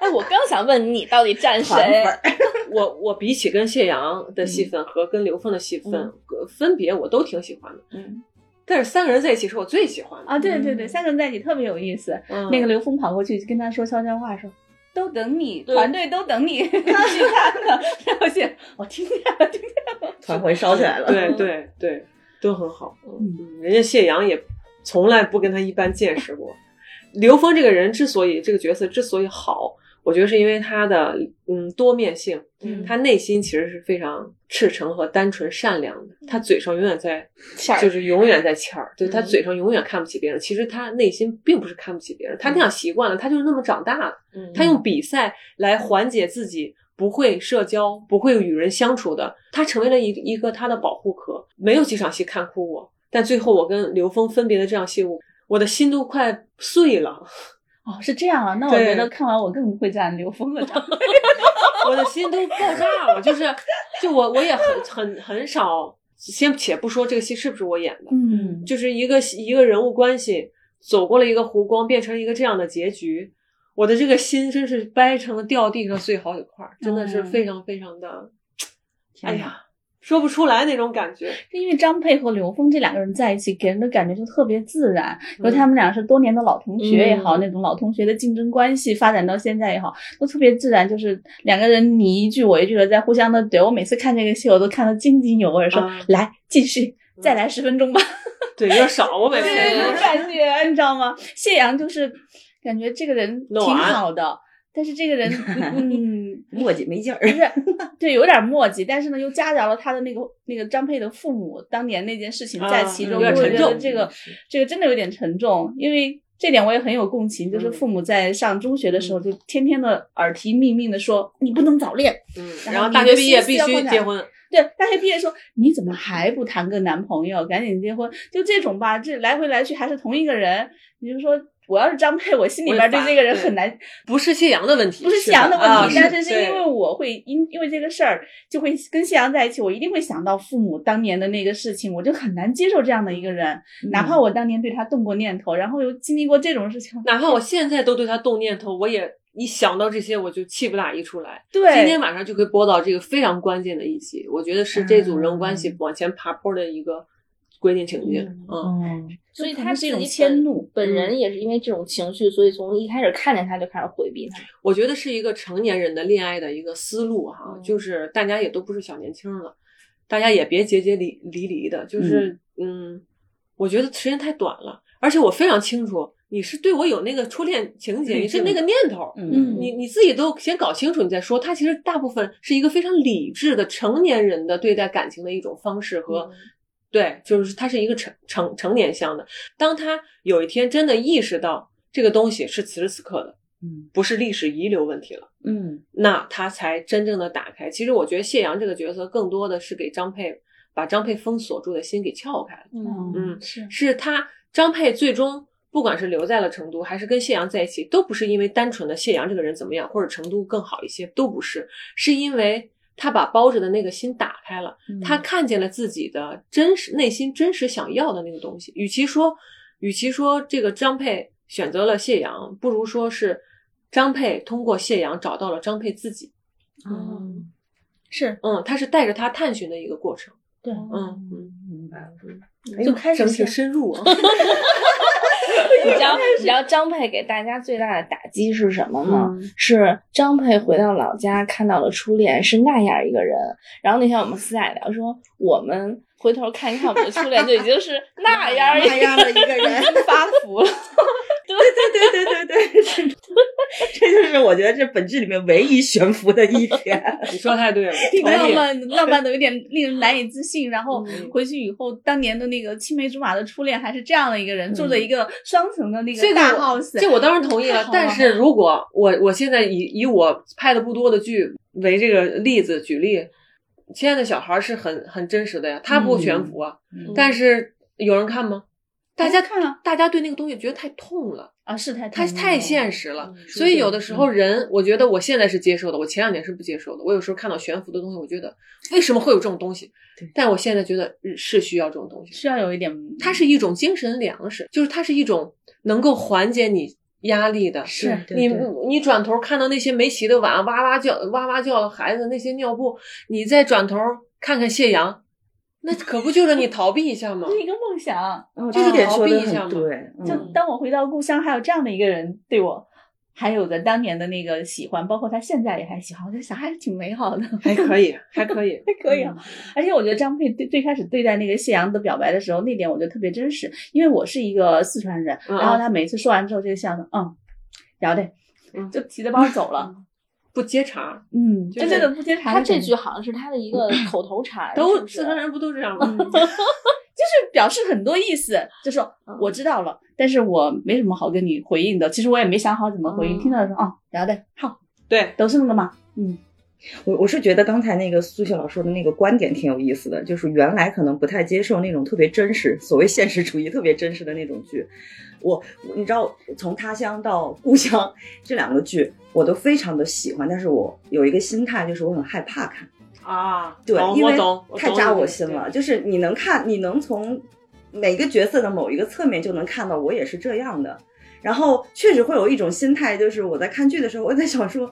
Speaker 4: 哎，我刚想问你到底站
Speaker 2: 团
Speaker 4: 谁
Speaker 2: 粉？儿
Speaker 1: 我我比起
Speaker 3: 嗯
Speaker 1: 跟谢阳的戏份和跟刘峰的戏份，
Speaker 4: 嗯
Speaker 1: 呃分别我都挺喜欢的。
Speaker 4: 嗯
Speaker 1: 但是三个人在一起是我最喜欢的
Speaker 3: 啊，对对对，三个人在一起特别有意思。
Speaker 1: 嗯
Speaker 3: 那个刘峰跑过去跟他说悄悄话，说都等你，
Speaker 4: 对
Speaker 3: 团队都等 你去看 呢。然后写我听见了，听见了。
Speaker 2: 团魂烧起来了。
Speaker 1: 对
Speaker 4: 嗯
Speaker 1: 对对，都很好。
Speaker 3: 嗯
Speaker 1: 嗯，人家谢阳也从来不跟他一般见识过。刘峰这个人之所以这个角色之所以好，我觉得是因为他的嗯多面性，
Speaker 4: 嗯
Speaker 1: 他内心其实是非常赤诚和单纯善良的。他嘴上永远在
Speaker 4: 欠儿
Speaker 1: 就是永远在欠儿，对
Speaker 4: 嗯
Speaker 1: 他嘴上永远看不起别人，其实他内心并不是看不起别人，他那样习惯了，他就是那么长大的。
Speaker 4: 嗯
Speaker 1: 他用比赛来缓解自己不会社交、不会与人相处的，他成为了一一个他的保护壳。没有几场戏看哭我，但最后我跟刘峰分别的这场戏，我我的心都快碎了，
Speaker 3: 哦，是这样啊，那我
Speaker 1: 对
Speaker 3: 觉得看完我更会站刘峰 了。
Speaker 1: 我的心都爆炸了。就是，就我我也很很很少，先且不说这个戏是不是我演的，
Speaker 3: 嗯，
Speaker 1: 就是一个一个人物关系走过了一个湖光，变成一个这样的结局。我的这个心真是掰成了掉地上最好几块儿，真的是
Speaker 3: 嗯
Speaker 1: 非常非常的
Speaker 2: 天
Speaker 1: 哎
Speaker 2: 哪，
Speaker 1: 呀，说不出来那种感觉。
Speaker 3: 是因为张佩和刘峰这两个人在一起，给人的感觉就特别自然。
Speaker 1: 嗯
Speaker 3: 因为他们俩是多年的老同学也好，
Speaker 1: 嗯
Speaker 3: 那种老同学的竞争关系发展到现在也好，都特别自然，就是两个人你一句我一句的在互相的怼。我每次看这个戏，我都看得津津有味，说、
Speaker 1: 啊嗯
Speaker 3: 来继续。再来十分钟吧，
Speaker 1: 对，有点少，我每次
Speaker 3: 对
Speaker 4: 对
Speaker 3: 这
Speaker 4: 对
Speaker 3: 种感觉，你知道吗？谢阳就是感觉这个人挺
Speaker 1: 弄完
Speaker 3: 好的，但是这个 人，嗯，
Speaker 2: 墨迹没劲儿
Speaker 3: 不。是，对，有点墨迹，但是呢，又夹杂了他的那个那个张佩的父母当年那件事情在
Speaker 1: 啊
Speaker 3: 其
Speaker 1: 嗯
Speaker 3: 中，
Speaker 1: 有点
Speaker 3: 我
Speaker 1: 沉
Speaker 3: 觉得
Speaker 1: 重
Speaker 3: 这个这个真的有点沉重，因为这点我也很有共情，就是
Speaker 1: 嗯
Speaker 3: 父母在上中学的时候就天天的耳提面命的说你不能早恋，
Speaker 1: 嗯，然
Speaker 3: 然后
Speaker 1: 后
Speaker 3: 你
Speaker 1: 大
Speaker 3: 的
Speaker 1: 学毕业
Speaker 3: 心
Speaker 1: 必
Speaker 3: 思要
Speaker 1: 须
Speaker 3: 放哪
Speaker 1: 结婚，
Speaker 3: 对，大学毕业说你怎么还不谈个男朋友，赶紧结婚，就这种吧，这来回来去还是同一个人，你就说。我要是张佩，我心里
Speaker 1: 我也
Speaker 3: 边对
Speaker 1: 烦
Speaker 3: 这个人
Speaker 1: 对
Speaker 3: 很难
Speaker 1: 不是谢阳的问题，
Speaker 3: 不是谢
Speaker 1: 吧
Speaker 3: 阳的问
Speaker 1: 啊
Speaker 3: 题，但
Speaker 1: 是
Speaker 3: 是是因为
Speaker 1: 对
Speaker 3: 我会因因为这个事儿，就会跟谢阳在一起，我一定会想到父母当年的那个事情，我就很难接受这样的一个人，
Speaker 2: 嗯
Speaker 3: 哪怕我当年对他动过念头，然后又经历过这种事情，
Speaker 1: 哪怕我现在都对他动念头，我也一想到这些我就气不打一处来。
Speaker 3: 对，
Speaker 1: 今天晚上就会播到这个非常关键的一集，我觉得是这组人物关系
Speaker 2: 嗯
Speaker 1: 往前爬坡的一个规定情境。嗯，
Speaker 2: 哦，
Speaker 4: 所以
Speaker 3: 可
Speaker 4: 他
Speaker 3: 能是一
Speaker 4: 自
Speaker 3: 种
Speaker 4: 己
Speaker 3: 迁
Speaker 4: 本
Speaker 3: 怒，
Speaker 4: 本人也是因为这种情绪，所以从一开始看见他就开始回避他。
Speaker 1: 我觉得是一个成年人的恋爱的一个思路哈，
Speaker 4: 嗯
Speaker 1: 就是大家也都不是小年轻了，大家也别结结离离离的，就是嗯我觉得时间太短了，而且我非常清楚你是对我有那个初恋情节，
Speaker 2: 滤
Speaker 1: 你是
Speaker 2: 镜
Speaker 1: 那个念头，
Speaker 2: 嗯
Speaker 1: 你你自己都先搞清楚你再说。他其实大部分是一个非常理智的成年人的对待感情的一种方式和、
Speaker 4: 嗯
Speaker 1: 对，就是它是一个成成成年向的。当他有一天真的意识到这个东西是此时此刻的，
Speaker 2: 嗯
Speaker 1: 不是历史遗留问题了。
Speaker 2: 嗯
Speaker 1: 那他才真正的打开。其实我觉得谢阳这个角色更多的是给张佩把张佩封锁住的心给撬开了，
Speaker 4: 嗯
Speaker 1: 嗯
Speaker 3: 是
Speaker 1: 是他张佩最终不管是留在了成都，还是跟谢阳在一起，都不是因为单纯的谢阳这个人怎么样，或者成都更好一些，都不是，是因为他把包着的那个心打开了，
Speaker 3: 嗯
Speaker 1: 他看见了自己的真实内心真实想要的那个东西。与其说，与其说这个张佩选择了谢阳，不如说是张佩通过谢阳找到了张佩自己。
Speaker 2: 哦，
Speaker 3: 是，
Speaker 1: 嗯，他是带着他探寻的一个过程。
Speaker 3: 对哦
Speaker 1: 嗯嗯，
Speaker 2: 明白了。
Speaker 3: 哎呦
Speaker 1: 真是
Speaker 3: 先
Speaker 1: 深入啊。
Speaker 4: 你知道，你知道张佩给大家最大的打击是什
Speaker 1: 嗯
Speaker 4: 么吗？是张佩回到老家看到了初恋是那样一个人，然后那天我们私下聊说，我们回头看一看我们的初恋，就已 经是那样一
Speaker 2: 那
Speaker 4: 个
Speaker 2: 样的一个人，
Speaker 4: 发福了。
Speaker 2: 对对对对对，是 这就是我觉得这本质里面唯一悬浮的一点。
Speaker 1: 你说太对了，
Speaker 3: 挺
Speaker 1: 同
Speaker 3: 浪
Speaker 1: 意。
Speaker 3: 漫，浪漫的有 点令人难以置信。然后
Speaker 1: 嗯
Speaker 3: 回去以后，当年的那个青梅竹马的初恋还是这样的一个人，住着一个双层的那
Speaker 1: 这
Speaker 3: 个
Speaker 1: 个
Speaker 3: 大
Speaker 1: 我
Speaker 3: house，
Speaker 1: 这我当然同意
Speaker 3: 太
Speaker 1: 了
Speaker 3: 好，
Speaker 1: 但
Speaker 3: 了
Speaker 1: 是如果我我现在以以我拍的不多的剧为这个例子举例，亲爱的小孩是很很真实的呀，他不悬浮啊，
Speaker 2: 嗯
Speaker 1: 但是有人看吗？大家
Speaker 3: 看啊，
Speaker 1: 大家对那个东西觉得太痛了，
Speaker 3: 啊，是太
Speaker 1: 它太现实
Speaker 3: 实，
Speaker 1: 了，
Speaker 4: 嗯
Speaker 1: 所以有的时候人，我觉得我现在是接受的，我前两年是不接受的。我有时候看到悬浮的东西，我觉得为什么会有这种东西
Speaker 2: 对？
Speaker 1: 但我现在觉得嗯是需要这种东西，
Speaker 3: 需要有一点，
Speaker 1: 它是一种精神粮食，就是它是一种能够缓解你压力的。
Speaker 3: 是
Speaker 2: 对
Speaker 1: 你
Speaker 2: 对
Speaker 1: 你转头看到那些没洗的碗哇哇叫哇哇叫的孩子，那些尿布，你再转头看看谢阳，那可不 就是你逃避一下吗
Speaker 3: 这？是一个梦想。
Speaker 2: 哦
Speaker 1: 这个点说得
Speaker 2: 得
Speaker 1: 很
Speaker 2: 很对，
Speaker 3: 就
Speaker 2: 嗯
Speaker 3: 当我回到故乡，还有这样的一个人对我，还有的当年的那个喜欢，包括他现在也还喜欢，我在想还挺美好的，
Speaker 1: 还可以，还可 以，
Speaker 3: 还可以啊。
Speaker 2: 嗯
Speaker 3: 而且我觉得张佩对最开始对待那个谢阳的表白的时候，那点我觉得特别真实，因为我是一个四川人，
Speaker 1: 嗯嗯
Speaker 3: 然后他每次说完之后，这个谢阳说嗯，了解
Speaker 1: 嗯，
Speaker 3: 就提着包走 了。
Speaker 1: 不接茬，
Speaker 3: 嗯，
Speaker 1: 就
Speaker 3: 真
Speaker 1: 是
Speaker 3: 正的不接茬
Speaker 4: 他
Speaker 3: 那种。
Speaker 4: 这句好像是他的一个口头禅，是
Speaker 1: 都
Speaker 4: 不是
Speaker 1: 四川人不都这样
Speaker 2: 嗯
Speaker 1: 吗？
Speaker 3: 就是表示很多意思，就是
Speaker 1: 嗯
Speaker 3: 我知道了，但是我没什么好跟你回应的。其实我也没想好怎么回应，
Speaker 1: 嗯
Speaker 3: 听到说哦，聊的好，
Speaker 1: 对，
Speaker 3: 都是那个嘛。嗯
Speaker 2: 我我是觉得刚才那个苏秀老师说的那个观点挺有意思的，就是原来可能不太接受那种特别真实，所谓现实主义特别真实的那种剧。我我你知道，从他乡到故乡这两个剧，我都非常的喜欢，但是我有一个心态，就是我很害怕看。
Speaker 1: 啊，
Speaker 2: 对，
Speaker 1: 懂
Speaker 2: 因
Speaker 1: 我
Speaker 2: 为
Speaker 1: 懂，我
Speaker 2: 太
Speaker 1: 懂
Speaker 2: 扎
Speaker 1: 你
Speaker 2: 我
Speaker 1: 的
Speaker 2: 心
Speaker 1: 对
Speaker 2: 了。就是你能看，你能从每个角色的某一个侧面就能看到，我也是这样的。然后确实会有一种心态，就是我在看剧的时候，我在想说，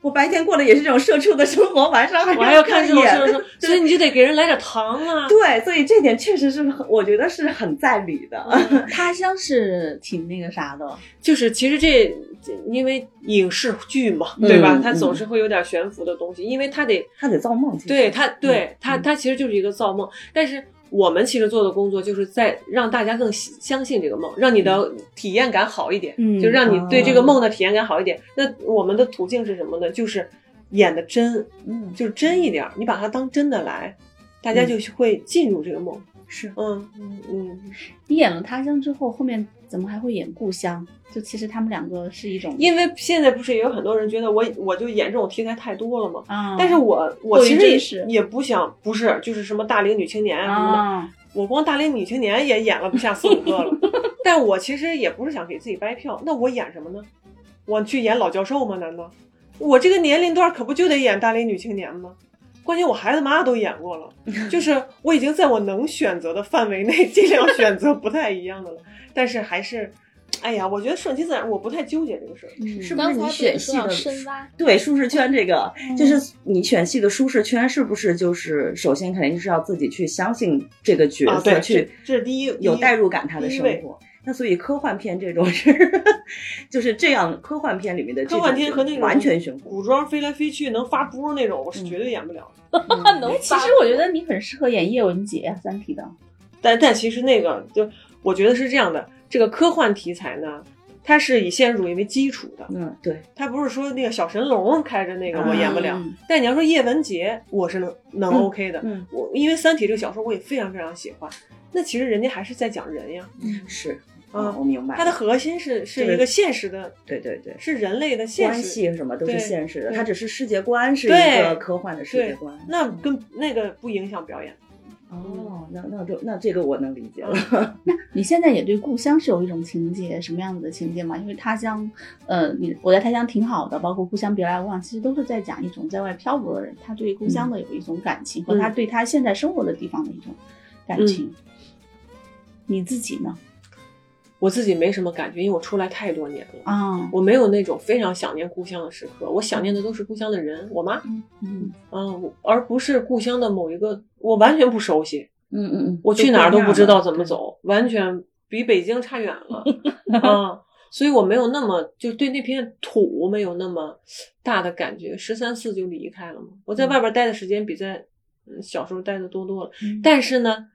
Speaker 2: 我白天过的也是这种社畜的生活，晚上还
Speaker 1: 我还要看
Speaker 2: 看
Speaker 1: 这种
Speaker 2: 演
Speaker 1: 事情，所以你就得给人来点糖啊。
Speaker 2: 对，所以这点确实是很，我觉得是很在理的。
Speaker 1: 嗯
Speaker 3: 他乡是挺那个啥的，
Speaker 1: 就是其实这这因为影视剧嘛，
Speaker 2: 嗯
Speaker 1: 对吧？它
Speaker 2: 嗯
Speaker 1: 总是会有点悬浮的东西，因为它得
Speaker 2: 他得造梦，其实
Speaker 1: 对它，对它，
Speaker 2: 嗯
Speaker 1: 它其实就是一个造梦。但是我们其实做的工作就是在让大家更喜相信这个梦，让你的体验感好一点，
Speaker 3: 嗯
Speaker 1: 就让你对这个
Speaker 2: 啊
Speaker 1: 梦的体验感好一点。那我们的途径是什么呢？就是演的真，
Speaker 2: 嗯，
Speaker 1: 就是真一点儿，你把它当真的来，大家就会进入这个梦。
Speaker 2: 是
Speaker 1: 嗯嗯嗯，
Speaker 3: 你演了他乡之后，后面怎么还会演故乡？就其实他们两个是一种
Speaker 1: 因为现在不是也有很多人觉得我我就演这种题材太多了嘛，
Speaker 3: 啊，
Speaker 1: 但是我我
Speaker 3: 过于
Speaker 1: 其
Speaker 3: 真
Speaker 1: 实
Speaker 3: 实
Speaker 1: 也也不想，不是就是什么大龄女青年啊什么的，
Speaker 3: 啊，
Speaker 1: 我光大龄女青年也演了不下四五个 了。但我其实也不是想给自己掰票，那我演什么呢？我去演老教授吗？难道我这个年龄段可不就得演大龄女青年吗？关键我孩子妈都演过 了，就是我已经在我能选择的范围内尽量选择不太一样的了，但是还是，哎呀，我觉得顺其自然，我不太纠结这个事儿。
Speaker 3: 嗯
Speaker 2: 是不是
Speaker 4: 刚才
Speaker 2: 你
Speaker 4: 不
Speaker 2: 选
Speaker 4: 是
Speaker 2: 戏
Speaker 4: 说要
Speaker 2: 的
Speaker 4: 深挖，
Speaker 2: 对舒适圈这个，
Speaker 1: 嗯
Speaker 2: 就是你选戏的舒适圈是不是就是首先肯定是要自己去相信这个角
Speaker 1: 啊，
Speaker 2: 色，
Speaker 1: 对，
Speaker 2: 去
Speaker 1: 这这是第一，
Speaker 2: 有
Speaker 1: 第一
Speaker 2: 代入感他的
Speaker 1: 第一
Speaker 2: 生
Speaker 1: 位
Speaker 2: 活。那所以科幻片这种是， 就是这样科幻片里面的这
Speaker 1: 科幻
Speaker 2: 种
Speaker 1: 片和那种
Speaker 2: 完全悬浮。嗯
Speaker 1: 古装飞来飞去能发波那种，我是绝对演不了。的。
Speaker 4: 他能
Speaker 3: 嗯其
Speaker 4: 发
Speaker 3: 实我觉得你很适合演叶文洁啊，《三体》的。
Speaker 1: 但但其实那个就我觉得是这样的，这个科幻题材呢，它是以现实主义为基础的，
Speaker 2: 嗯，对，
Speaker 1: 它不是说那个小神龙开着那个我演不了。
Speaker 3: 嗯
Speaker 1: 但你要说叶文洁，我是能能
Speaker 2: 嗯
Speaker 1: OK 的。
Speaker 2: 嗯，
Speaker 1: 我因为《三体》这个小说我也非常非常喜欢，那其实人家还是在讲人呀，
Speaker 2: 是，
Speaker 1: 啊
Speaker 2: 嗯，我明白。
Speaker 1: 它的核心是是
Speaker 2: 对
Speaker 1: 一个现实的，
Speaker 2: 对对对，
Speaker 1: 是人类的现
Speaker 2: 关
Speaker 1: 实。
Speaker 2: 系什么都是
Speaker 1: 对
Speaker 2: 现实的，
Speaker 1: 对
Speaker 2: 它只是世界观是一
Speaker 1: 对
Speaker 2: 个科幻的世界
Speaker 1: 对
Speaker 2: 观，。
Speaker 1: 那跟那个不影响表演。
Speaker 2: 哦，那那就那这个我能理解了。
Speaker 3: 你现在也对故乡是有一种情结，什么样子的情结嘛？因为他乡，呃，你我在他乡挺好的，包括故乡别来无啊恙，其实都是在讲一种在外漂泊的人，他对
Speaker 2: 嗯
Speaker 3: 故乡的有一种感情，和他对他现在生活的地方的一种感
Speaker 2: 嗯
Speaker 3: 情。你自己呢？
Speaker 1: 我自己没什么感觉，因为我出来太多年了。
Speaker 3: 啊，
Speaker 1: 我没有那种非常想念故乡的时刻，我想念的都是故乡的人，我妈，
Speaker 3: 嗯，
Speaker 1: 嗯，我而不是故乡的某一个，我完全不熟悉，
Speaker 2: 嗯嗯嗯，
Speaker 1: 我去哪儿都不知道怎么
Speaker 2: 对。
Speaker 1: 走，完全比北京差远了，啊，所以我没有那么就对那片土没有那么大的感觉，十三四就离开了嘛，我在外边待的时间比在嗯小时候待的多多了，但是呢，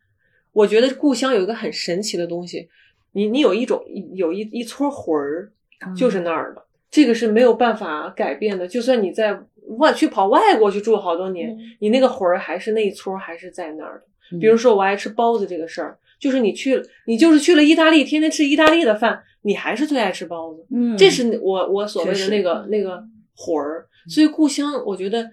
Speaker 1: 我觉得故乡有一个很神奇的东西，你你有一种有一一撮魂儿，就是那儿的，这个是没有办法改变的。就算你在外去跑外国去住好多年，
Speaker 4: 嗯
Speaker 1: 你那个魂儿还是那一撮儿还是在那儿的。
Speaker 2: 嗯
Speaker 1: 比如说我爱吃包子这个事儿，就是你去了，你就是去了意大利，天天吃意大利的饭，你还是最爱吃包子。
Speaker 2: 嗯，
Speaker 1: 这是我我所谓
Speaker 2: 确
Speaker 1: 的
Speaker 2: 实
Speaker 1: 那个那个魂儿。所以故乡，我觉得，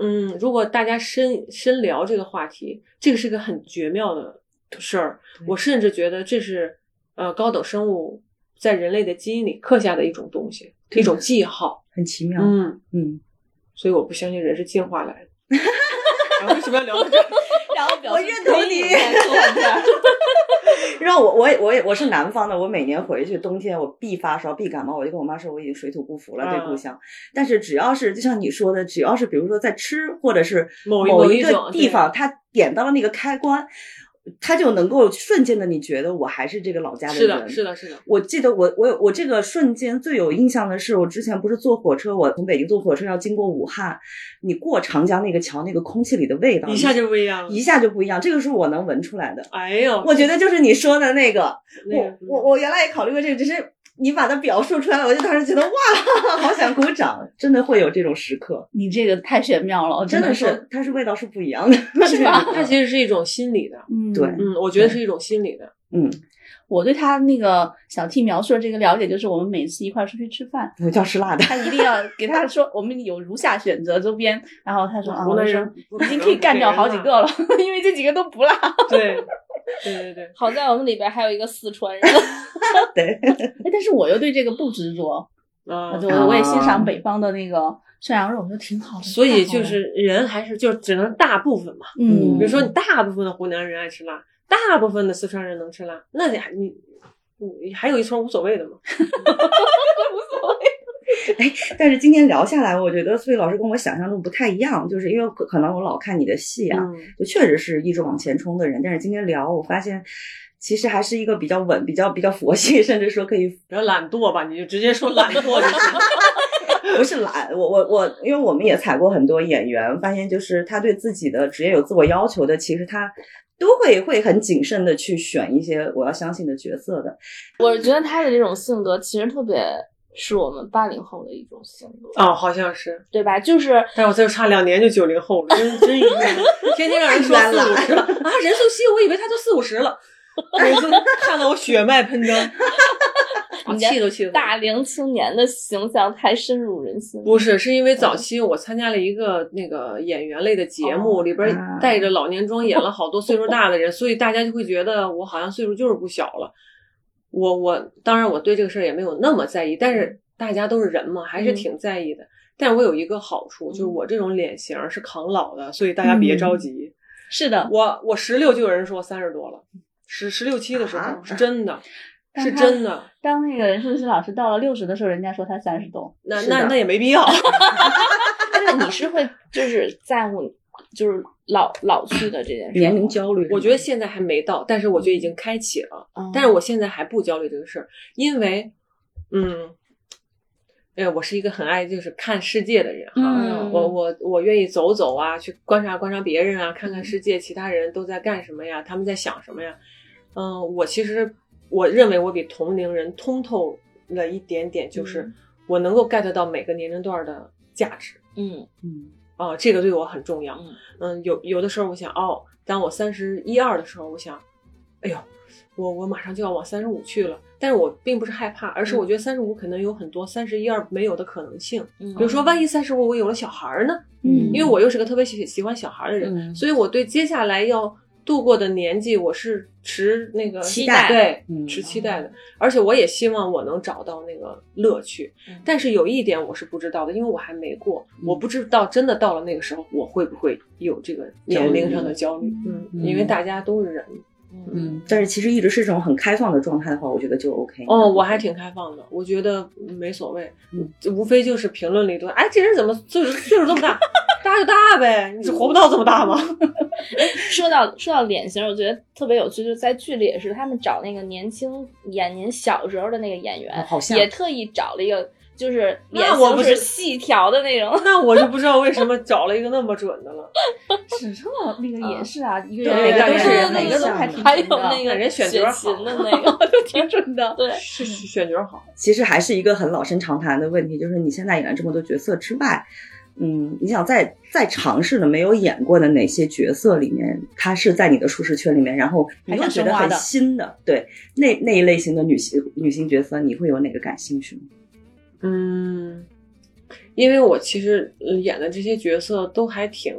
Speaker 1: 嗯，如果大家深深聊这个话题，这个是个很绝妙的事儿。我甚至觉得这是呃高等生物在人类的基因里刻下的一种东西，一种记号。
Speaker 2: 很奇妙。
Speaker 1: 嗯，
Speaker 2: 嗯，
Speaker 1: 所以我不相信人是进化来的。啊为什么要聊到这儿？
Speaker 4: 然后表
Speaker 2: 我
Speaker 4: 情
Speaker 2: 认同
Speaker 4: 可以
Speaker 2: 你
Speaker 4: 在科幻片儿
Speaker 2: 然后我我也我也我是南方的，我每年回去冬天我必发烧必感冒，我就跟我妈说我已经水土不服了
Speaker 1: 嗯
Speaker 2: 对故乡。但是只要是就像你说的，只要是比如说在吃或者是
Speaker 1: 某一
Speaker 2: 某
Speaker 1: 某
Speaker 2: 一
Speaker 1: 一
Speaker 2: 个
Speaker 1: 种
Speaker 2: 地
Speaker 1: 对
Speaker 2: 方，它点到了那个开关，它就能够瞬间的你觉得我还是这个老 家
Speaker 1: 是
Speaker 2: 人。
Speaker 1: 的，是的，是的，
Speaker 2: 我记得我我有我这个瞬间最有印象的是，我之前不是坐火车，我从北京坐火车要经过武汉，你过长江那个桥，那个空气里的味道
Speaker 1: 一下就不一样了
Speaker 2: 一。下就不一样，这个是我能闻出来的。
Speaker 1: 哎呦，
Speaker 2: 我觉得就是你说的那个，
Speaker 1: 那个
Speaker 2: 我我我原来也考虑过这个，只是你把它表述出来了，我就当时觉得哇，好想鼓掌，真的会有这种时刻，
Speaker 3: 你这个太玄妙了，我
Speaker 2: 真的
Speaker 3: 哦的说
Speaker 2: 是，它是味道是不一样的，
Speaker 3: 是吧
Speaker 1: 嗯它其实是一种心理的，
Speaker 3: 嗯，
Speaker 2: 对
Speaker 1: 嗯，我觉得是一种心理的，
Speaker 2: 嗯，
Speaker 3: 我对他那个小 T 描述的这个了解，就是我们每次一块儿出去吃饭，
Speaker 2: 我叫吃辣的，
Speaker 3: 他一定要给他说，我们有如下选择周边，然后他说啊，
Speaker 1: 湖南
Speaker 3: 我说
Speaker 1: 人
Speaker 3: 已经可以干掉好几个了， 因为这几个都不辣。
Speaker 1: 对，对 对对，
Speaker 4: 好在我们里边还有一个四川人，
Speaker 2: 对，
Speaker 1: 嗯
Speaker 3: 哎，但是我又对这个不执着，
Speaker 1: 啊
Speaker 3: 我就我也欣
Speaker 2: 啊
Speaker 3: 赏北方的那个涮羊肉，我觉得挺好的。嗯
Speaker 1: 所以
Speaker 3: 太好
Speaker 1: 就
Speaker 3: 了，
Speaker 1: 是人还是就只能大部分嘛，
Speaker 3: 嗯，
Speaker 1: 比如说你大部分的湖南人爱吃辣，大部分的四川人能吃辣，那你还你你还有一撮无所谓的嘛，
Speaker 2: 但是今天聊下来，我觉得苏以老师跟我想象中不太一样，就是因为可可能我老看你的戏啊，
Speaker 1: 嗯，
Speaker 2: 就确实是一直往前冲的人，但是今天聊，我发现其实还是一个比较稳、比较比较佛系，甚至说可以
Speaker 1: 比较懒惰吧，你就直接说懒惰就 行。
Speaker 2: 不是懒，我我我，因为我们也采过很多演员，发现就是他对自己的职业有自我要求的，其实他都会会很谨慎的去选一些我要相信的角色的。
Speaker 4: 我觉得他的这种性格其实特别是我们八零后的一种性格，
Speaker 1: 哦，好像是，
Speaker 4: 对吧？就是
Speaker 1: 但我这差两年就九零后了，真真一样， 天天让人说
Speaker 2: 太
Speaker 1: 四
Speaker 2: 难
Speaker 1: 五十了啊，任素汐，我以为她都四五十了，每次看得我血脉喷张，把
Speaker 4: 你家
Speaker 1: 啊气都气死我了。
Speaker 4: 大龄青年的形象太深入人心了。
Speaker 1: 不是，是因为早期我参加了一个那个演员类的节
Speaker 4: 哦
Speaker 1: 目，里边
Speaker 2: 啊
Speaker 1: 儿带着老年妆演了好多岁数大的人，所以大家就会觉得我好像岁数就是不小了。我我当然我对这个事儿也没有那么在意，但是大家都是人嘛，还是
Speaker 4: 嗯
Speaker 1: 挺在意的。但是我有一个好处，就是我这种脸型儿是抗老的，所以
Speaker 4: 嗯
Speaker 1: 大家别着急。
Speaker 3: 是 的，
Speaker 1: 我我十六就有人说我三十多了，十十六七的时
Speaker 2: 啊
Speaker 1: 候是真的，
Speaker 3: 但
Speaker 1: 是
Speaker 3: 他
Speaker 1: 真的。
Speaker 3: 当那个任素汐老师到了六十的时候，人家说他三十多，
Speaker 1: 那
Speaker 2: 是
Speaker 1: 那
Speaker 2: 的
Speaker 1: 那也没 必要。
Speaker 4: 但是你是会就是在乎就是老老去的这件事吗，
Speaker 2: 年龄焦虑，
Speaker 1: 我觉得现在还没到，但是我觉得已经开启了。
Speaker 4: 嗯，
Speaker 1: 但是我现在还不焦虑这个事儿，因为，嗯，哎，我是一个很爱就是看世界的人哈。哎
Speaker 4: 嗯
Speaker 1: 我我我愿意走走啊，去观察观察别人啊，
Speaker 4: 嗯
Speaker 1: 看看世界其他人都在干什么呀，他们在想什么呀。嗯，我其实我认为我比同龄人通透了一点点，就是
Speaker 4: 嗯
Speaker 1: 我能够 get 到每个年龄段的价值。
Speaker 4: 嗯
Speaker 2: 嗯，
Speaker 1: 啊，这个对我很重要。
Speaker 4: 嗯
Speaker 1: 嗯，有有的时候我想，哦，当我三十一二的时候，我想，哎呦，我我马上就要往三十五去了。但是我并不是害怕，而是我觉得三十五可能有很多三十一二没有的可能性。
Speaker 4: 嗯，
Speaker 1: 比如说，万一三十五我有了小孩儿呢？
Speaker 2: 嗯
Speaker 1: 因为我又是个特别喜喜欢小孩儿的人，
Speaker 2: 嗯
Speaker 1: 所以我对接下来要度过的年纪，我是持那个
Speaker 4: 期待
Speaker 1: 对，
Speaker 2: 嗯
Speaker 1: 持期待的。而且我也希望我能找到那个乐趣
Speaker 4: 嗯，
Speaker 1: 但是有一点我是不知道的，因为我还没过，
Speaker 2: 嗯
Speaker 1: 我不知道真的到了那个时候，我会不会有这个年龄上的焦虑？嗯，
Speaker 2: 嗯
Speaker 1: 因为大家都是人。
Speaker 4: 嗯，
Speaker 2: 嗯，但是其实一直是这种很开放的状态的话，我觉得就 OK。
Speaker 1: 哦，我还挺开放的，我觉得没所谓，
Speaker 2: 嗯
Speaker 1: 无非就是评论里都哎，这人怎么岁数岁数这么大？大就大呗，你活不到这么大吗？
Speaker 4: 说到说到脸型，我觉得特别有趣，就是在剧里也是他们找那个年轻演您小时候的那个演员，
Speaker 2: 哦好像
Speaker 4: 也特意找了一个就是脸
Speaker 1: 那我
Speaker 4: 型
Speaker 1: 不
Speaker 4: 是
Speaker 1: 是
Speaker 4: 细条的那种，
Speaker 1: 那我就不知道为什么找了一个那么准的了。
Speaker 3: 只是我那个也是啊，一个
Speaker 1: 嗯对
Speaker 3: 人每
Speaker 1: 对对对对
Speaker 3: 个都是每个都
Speaker 2: 对
Speaker 3: 还挺
Speaker 4: 还有
Speaker 3: 准的
Speaker 4: 那个
Speaker 1: 人选角
Speaker 4: 学
Speaker 1: 好
Speaker 4: 琴的那 个，
Speaker 3: 都挺准的。
Speaker 4: 对，
Speaker 1: 是选角好，
Speaker 2: 其实还是一个很老生常谈的问题，就是你现在演了这么多角色之外，嗯，你想再再尝试的没有演过的哪些角色里面，它是在你的舒适圈里面，然后你又觉得
Speaker 3: 还想升华
Speaker 2: 很
Speaker 3: 的
Speaker 2: 新的，对那那一类型的女性女性角色，你会有哪个感兴趣吗？
Speaker 1: 嗯，因为我其实呃演的这些角色都还挺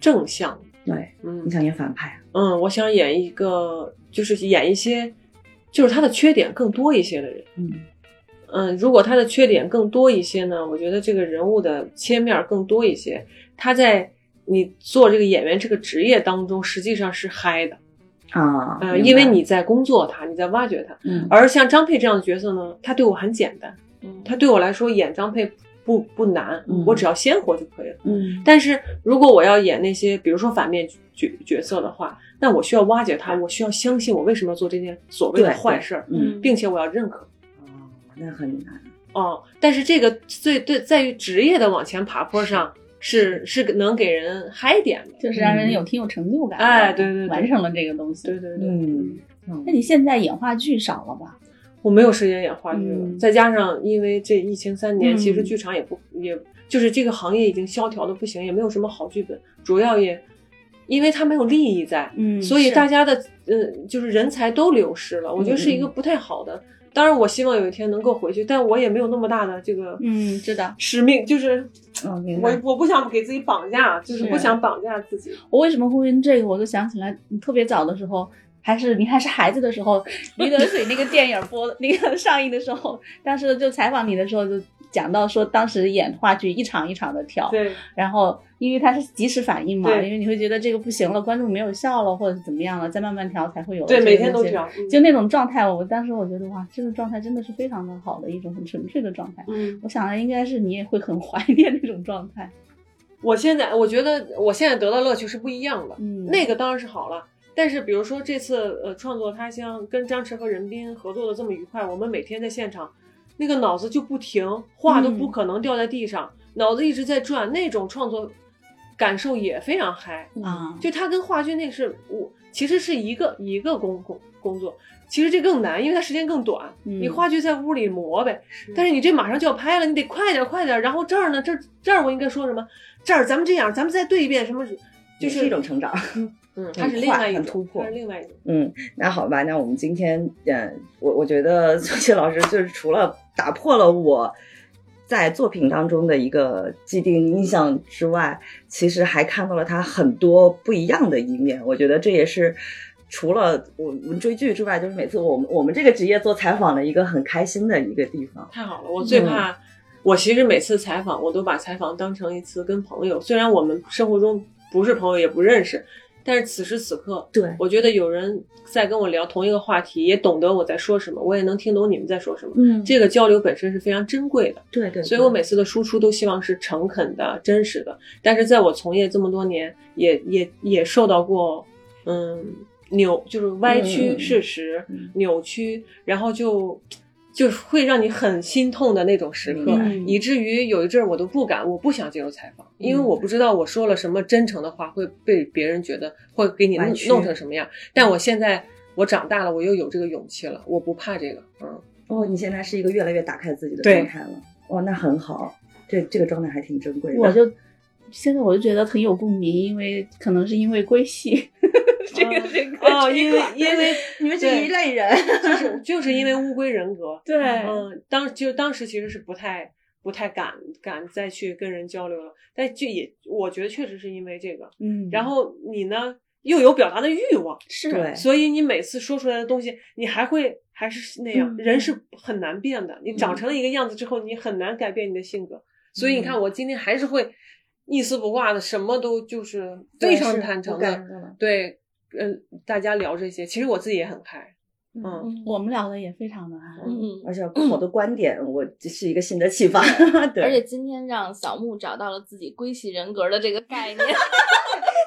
Speaker 1: 正向的。
Speaker 2: 对，
Speaker 1: 嗯
Speaker 2: 你想演反派啊？
Speaker 1: 嗯，我想演一个，就是演一些，就是他的缺点更多一些的人。
Speaker 2: 嗯
Speaker 1: 嗯，如果他的缺点更多一些呢，我觉得这个人物的切面儿更多一些。他在你做这个演员这个职业当中，实际上是嗨的，
Speaker 2: 啊，
Speaker 1: 呃，
Speaker 2: 明白
Speaker 1: 因为你在工作他，你在挖掘他。
Speaker 2: 嗯
Speaker 1: 而像张佩这样的角色呢，他对我很简单，
Speaker 4: 嗯
Speaker 1: 他对我来说演张佩不不难
Speaker 2: 嗯，
Speaker 1: 我只要鲜活就可以了。
Speaker 2: 嗯
Speaker 1: 但是如果我要演那些，比如说反面角角角色的话，那我需要挖掘他，我需要相信我为什么要做这件所谓的
Speaker 2: 对
Speaker 1: 坏事儿，
Speaker 2: 嗯，
Speaker 1: 并且我要认可。
Speaker 2: 哦，那很难，
Speaker 1: 哦，但是这个最对在于职业的往前爬坡上，是是能给人嗨点的。
Speaker 3: 就是让人有挺有成就感的。
Speaker 1: 嗯哎对对对
Speaker 3: 完成了这个东西。
Speaker 1: 对对对，
Speaker 2: 嗯，
Speaker 3: 那你现在演话剧少了吧？
Speaker 1: 我没有时间演话剧了，
Speaker 3: 嗯
Speaker 1: 再加上因为这疫情三年，
Speaker 3: 嗯
Speaker 1: 其实剧场也不也就是这个行业已经萧条的不行，也没有什么好剧本，主要也因为它没有利益在，
Speaker 3: 嗯
Speaker 1: 所以
Speaker 4: 是
Speaker 1: 大家的呃就是人才都流失了，我觉得是一个
Speaker 2: 嗯
Speaker 1: 不太好的。当然，我希望有一天能够回去，但我也没有那么大的这个
Speaker 3: 嗯，知道。
Speaker 1: 使命，就是
Speaker 2: 哦，明
Speaker 1: 我
Speaker 2: 白，
Speaker 1: 我不想给自己绑架，就是
Speaker 3: 是
Speaker 1: 不想绑架自己。
Speaker 3: 我为什么会问这个？我就想起来，你特别早的时候，还是你还是孩子的时候，余德水那个电影播那个上映的时候，当时就采访你的时候就讲到说，当时演话剧一场一场的跳，
Speaker 1: 对，
Speaker 3: 然后因为它是及时反应嘛，
Speaker 1: 对
Speaker 3: 因为你会觉得这个不行了，观众没有笑了，或者是怎么样了，再慢慢调才会有
Speaker 1: 对，
Speaker 3: 这个
Speaker 1: 每天
Speaker 3: 东
Speaker 1: 都
Speaker 3: 西
Speaker 1: 这。样，嗯
Speaker 3: 就那种状态，我当时我觉得哇，这个状态真的是非常的好的一种很纯粹的状态。
Speaker 1: 嗯，
Speaker 3: 我想的应该是你也会很怀念那种状态。
Speaker 1: 我现在我觉得我现在得到乐趣是不一样的，
Speaker 3: 嗯，
Speaker 1: 那个当然是好了。但是比如说这次呃创作他乡跟张弛和任斌合作的这么愉快，我们每天在现场，那个脑子就不停，话都
Speaker 3: 嗯
Speaker 1: 不可能掉在地上，脑子一直在转，那种创作感受也非常嗨。
Speaker 3: 啊，
Speaker 1: 就他跟话剧那是我其实是一个一个工工工作，其实这更难，因为它时间更短。
Speaker 3: 嗯
Speaker 1: 你话剧在屋里磨呗，
Speaker 4: 是
Speaker 1: 但是你这马上就要拍了，你得快点快点。然后这儿呢，这儿这儿我应该说什么？这儿咱们这样，咱们再对一遍什么？就
Speaker 2: 也是一种成长。
Speaker 1: 嗯，
Speaker 2: 它
Speaker 1: 它是
Speaker 2: 是另
Speaker 1: 另
Speaker 2: 外
Speaker 1: 外
Speaker 2: 一
Speaker 1: 一
Speaker 2: 种
Speaker 1: 种
Speaker 2: 突破
Speaker 1: 它是另外一种。
Speaker 2: 嗯，那好吧，那我们今天，嗯，我我觉得苏琪老师就是除了打破了我在作品当中的一个既定印象之外，其实还看到了他很多不一样的一面。我觉得这也是除了我们追剧之外，就是每次我们我们这个职业做采访的一个很开心的一个地方。
Speaker 1: 太好了，我最
Speaker 2: 嗯
Speaker 1: 怕、我其实每次采访，我都把采访当成一次跟朋友，虽然我们生活中不是朋友，也不认识，但是此时此刻，
Speaker 2: 对，
Speaker 1: 我觉得有人在跟我聊同一个话题，也懂得我在说什么，我也能听懂你们在说什么。
Speaker 2: 嗯，
Speaker 1: 这个交流本身是非常珍贵的，
Speaker 2: 对对，
Speaker 1: 所以我每次的输出都希望是诚恳的、真实的。但是在我从业这么多年，也也也受到过，嗯，扭就是歪
Speaker 2: 嗯嗯
Speaker 1: 曲
Speaker 2: 嗯
Speaker 1: 事实、
Speaker 2: 嗯
Speaker 1: 扭曲，然后就就会让你很心痛的那种时刻，
Speaker 3: 嗯
Speaker 1: 以至于有一阵儿我都不敢，我不想接受采访，因为
Speaker 2: 嗯
Speaker 1: 我不知道我说了什么真诚的话会被别人觉得会给你弄
Speaker 2: 歪曲
Speaker 1: 弄成什么样。但
Speaker 3: 嗯
Speaker 1: 我现在我长大了，我又有这个勇气了，我不怕这个，嗯。
Speaker 2: 哦，你现在是一个越来越打开自己的
Speaker 1: 对
Speaker 2: 状态了。哦，那很好，这这个状态还挺珍贵的。
Speaker 3: 我就现在我就觉得很有共鸣，因为可能是因为归系，这个这个
Speaker 1: 哦，因 为因为
Speaker 2: 你们这一类人，
Speaker 1: 就是就是 因为
Speaker 3: 嗯
Speaker 1: 乌龟人格，
Speaker 3: 对
Speaker 1: 嗯，当就当时其实是不太不太敢敢再去跟人交流了，但就也我觉得确实是因为这个。
Speaker 3: 嗯，
Speaker 1: 然后你呢又有表达的欲望，
Speaker 3: 是
Speaker 2: 对
Speaker 1: 所以你每次说出来的东西，你还会还是那样。
Speaker 3: 嗯
Speaker 1: 人是很难变的，你长成了一个样子之后，你很难改变你的性格。所以你看，我今天还是会一丝不挂的，什么都就是非常坦诚的，
Speaker 2: 的。
Speaker 1: 对，嗯，大家聊这些，其实我自己也很嗨，嗯
Speaker 3: 我们聊的也非常的好，
Speaker 4: 嗯，
Speaker 2: 而且好多观点，我这是一个新的启发。对，
Speaker 4: 嗯而且今天让小木找到了自己归系人格的这个概念，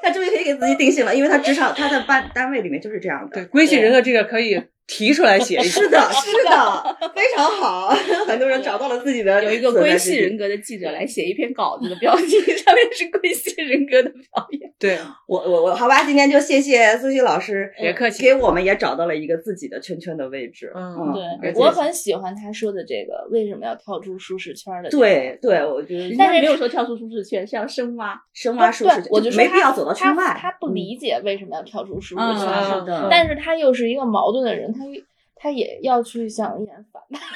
Speaker 2: 他终于可以给自己定性了，因为他职场他在班单位里面就是这样
Speaker 1: 对，
Speaker 2: 的。
Speaker 1: 归系人格这个可以提出来写一写。
Speaker 2: 是的，是的，非常好。 很多人找到了自己的
Speaker 3: 有一个归系人。格的记者来写一篇稿子的标题，上面是归系人格的表 演。
Speaker 1: 对，
Speaker 2: 我我我，好吧，今天就谢谢苏西老师，
Speaker 4: 嗯
Speaker 1: 别客气
Speaker 2: 给我们也找到了一个自己的圈圈的位置。
Speaker 1: 嗯
Speaker 2: 而
Speaker 4: 对
Speaker 2: 且
Speaker 4: 我很喜欢他说的这个为什么要跳出舒适圈的这个。
Speaker 2: 对对，我觉得
Speaker 3: 但是没有说跳出舒适圈是要深挖，
Speaker 2: 深
Speaker 4: 他
Speaker 2: 挖舒适
Speaker 4: 对，我就说
Speaker 2: 没
Speaker 4: 他
Speaker 2: 必要走到圈外。嗯
Speaker 4: 他他不理解为什么要跳出舒适
Speaker 3: 嗯
Speaker 4: 圈，
Speaker 1: 嗯
Speaker 2: 是的，
Speaker 4: 但是他又是一个矛盾的人，他他也要去想演反派。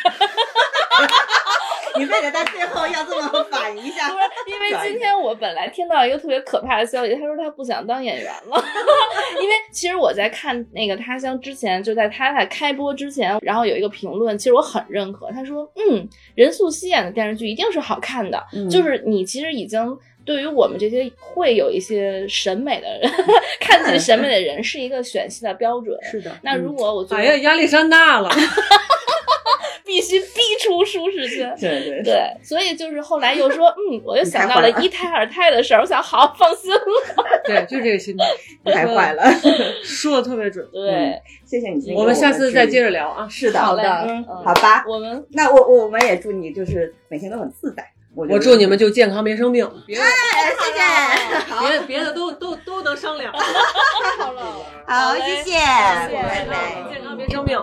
Speaker 2: 你为了他最后要这么反啊一 下
Speaker 4: 不是，因为今天我本来听到一个特别可怕的消息，他说他不想当演员了， 因为其实我在看那个《他乡》之前，就在他他开播之前，然后有一个评论，其实我很认可，他说，嗯，任素汐演的电视剧一定是好看的，
Speaker 2: 嗯
Speaker 4: 就是你其实已经。对于我们这些会有一些审美的人， 看剧审美的人是一个选戏的标准。
Speaker 2: 是的，嗯
Speaker 4: 那如果我作
Speaker 1: 哎
Speaker 4: 为
Speaker 1: 呀，压力山大了。
Speaker 4: 必须逼出舒 适圈，
Speaker 2: 对对对，
Speaker 4: 对，所以就是后来又说，嗯，我又想到了
Speaker 2: 你太坏了
Speaker 4: 一胎二胎的事儿，我想好 放心了。
Speaker 1: 对，就这个心态。
Speaker 2: 太坏了。
Speaker 1: 说的特别准。
Speaker 4: 对，
Speaker 2: 谢谢你今天给
Speaker 1: 我
Speaker 2: 们
Speaker 1: 们下次再接
Speaker 2: 着。
Speaker 1: 着聊啊。
Speaker 2: 是的，
Speaker 4: 好嘞，嗯，
Speaker 2: 好吧。
Speaker 4: 我们
Speaker 2: 那我我我们也祝你就是每天都很自在。我
Speaker 1: 我祝你们就健康，别生病，别的
Speaker 2: 哎，谢谢，
Speaker 1: 别的别的都都都能商量。
Speaker 4: 太好了。
Speaker 2: 好，
Speaker 4: 好
Speaker 2: 谢
Speaker 4: 嘞
Speaker 2: 谢，
Speaker 4: 谢
Speaker 2: 拜
Speaker 1: 哎健
Speaker 2: 拜
Speaker 1: 康。健康，别生病。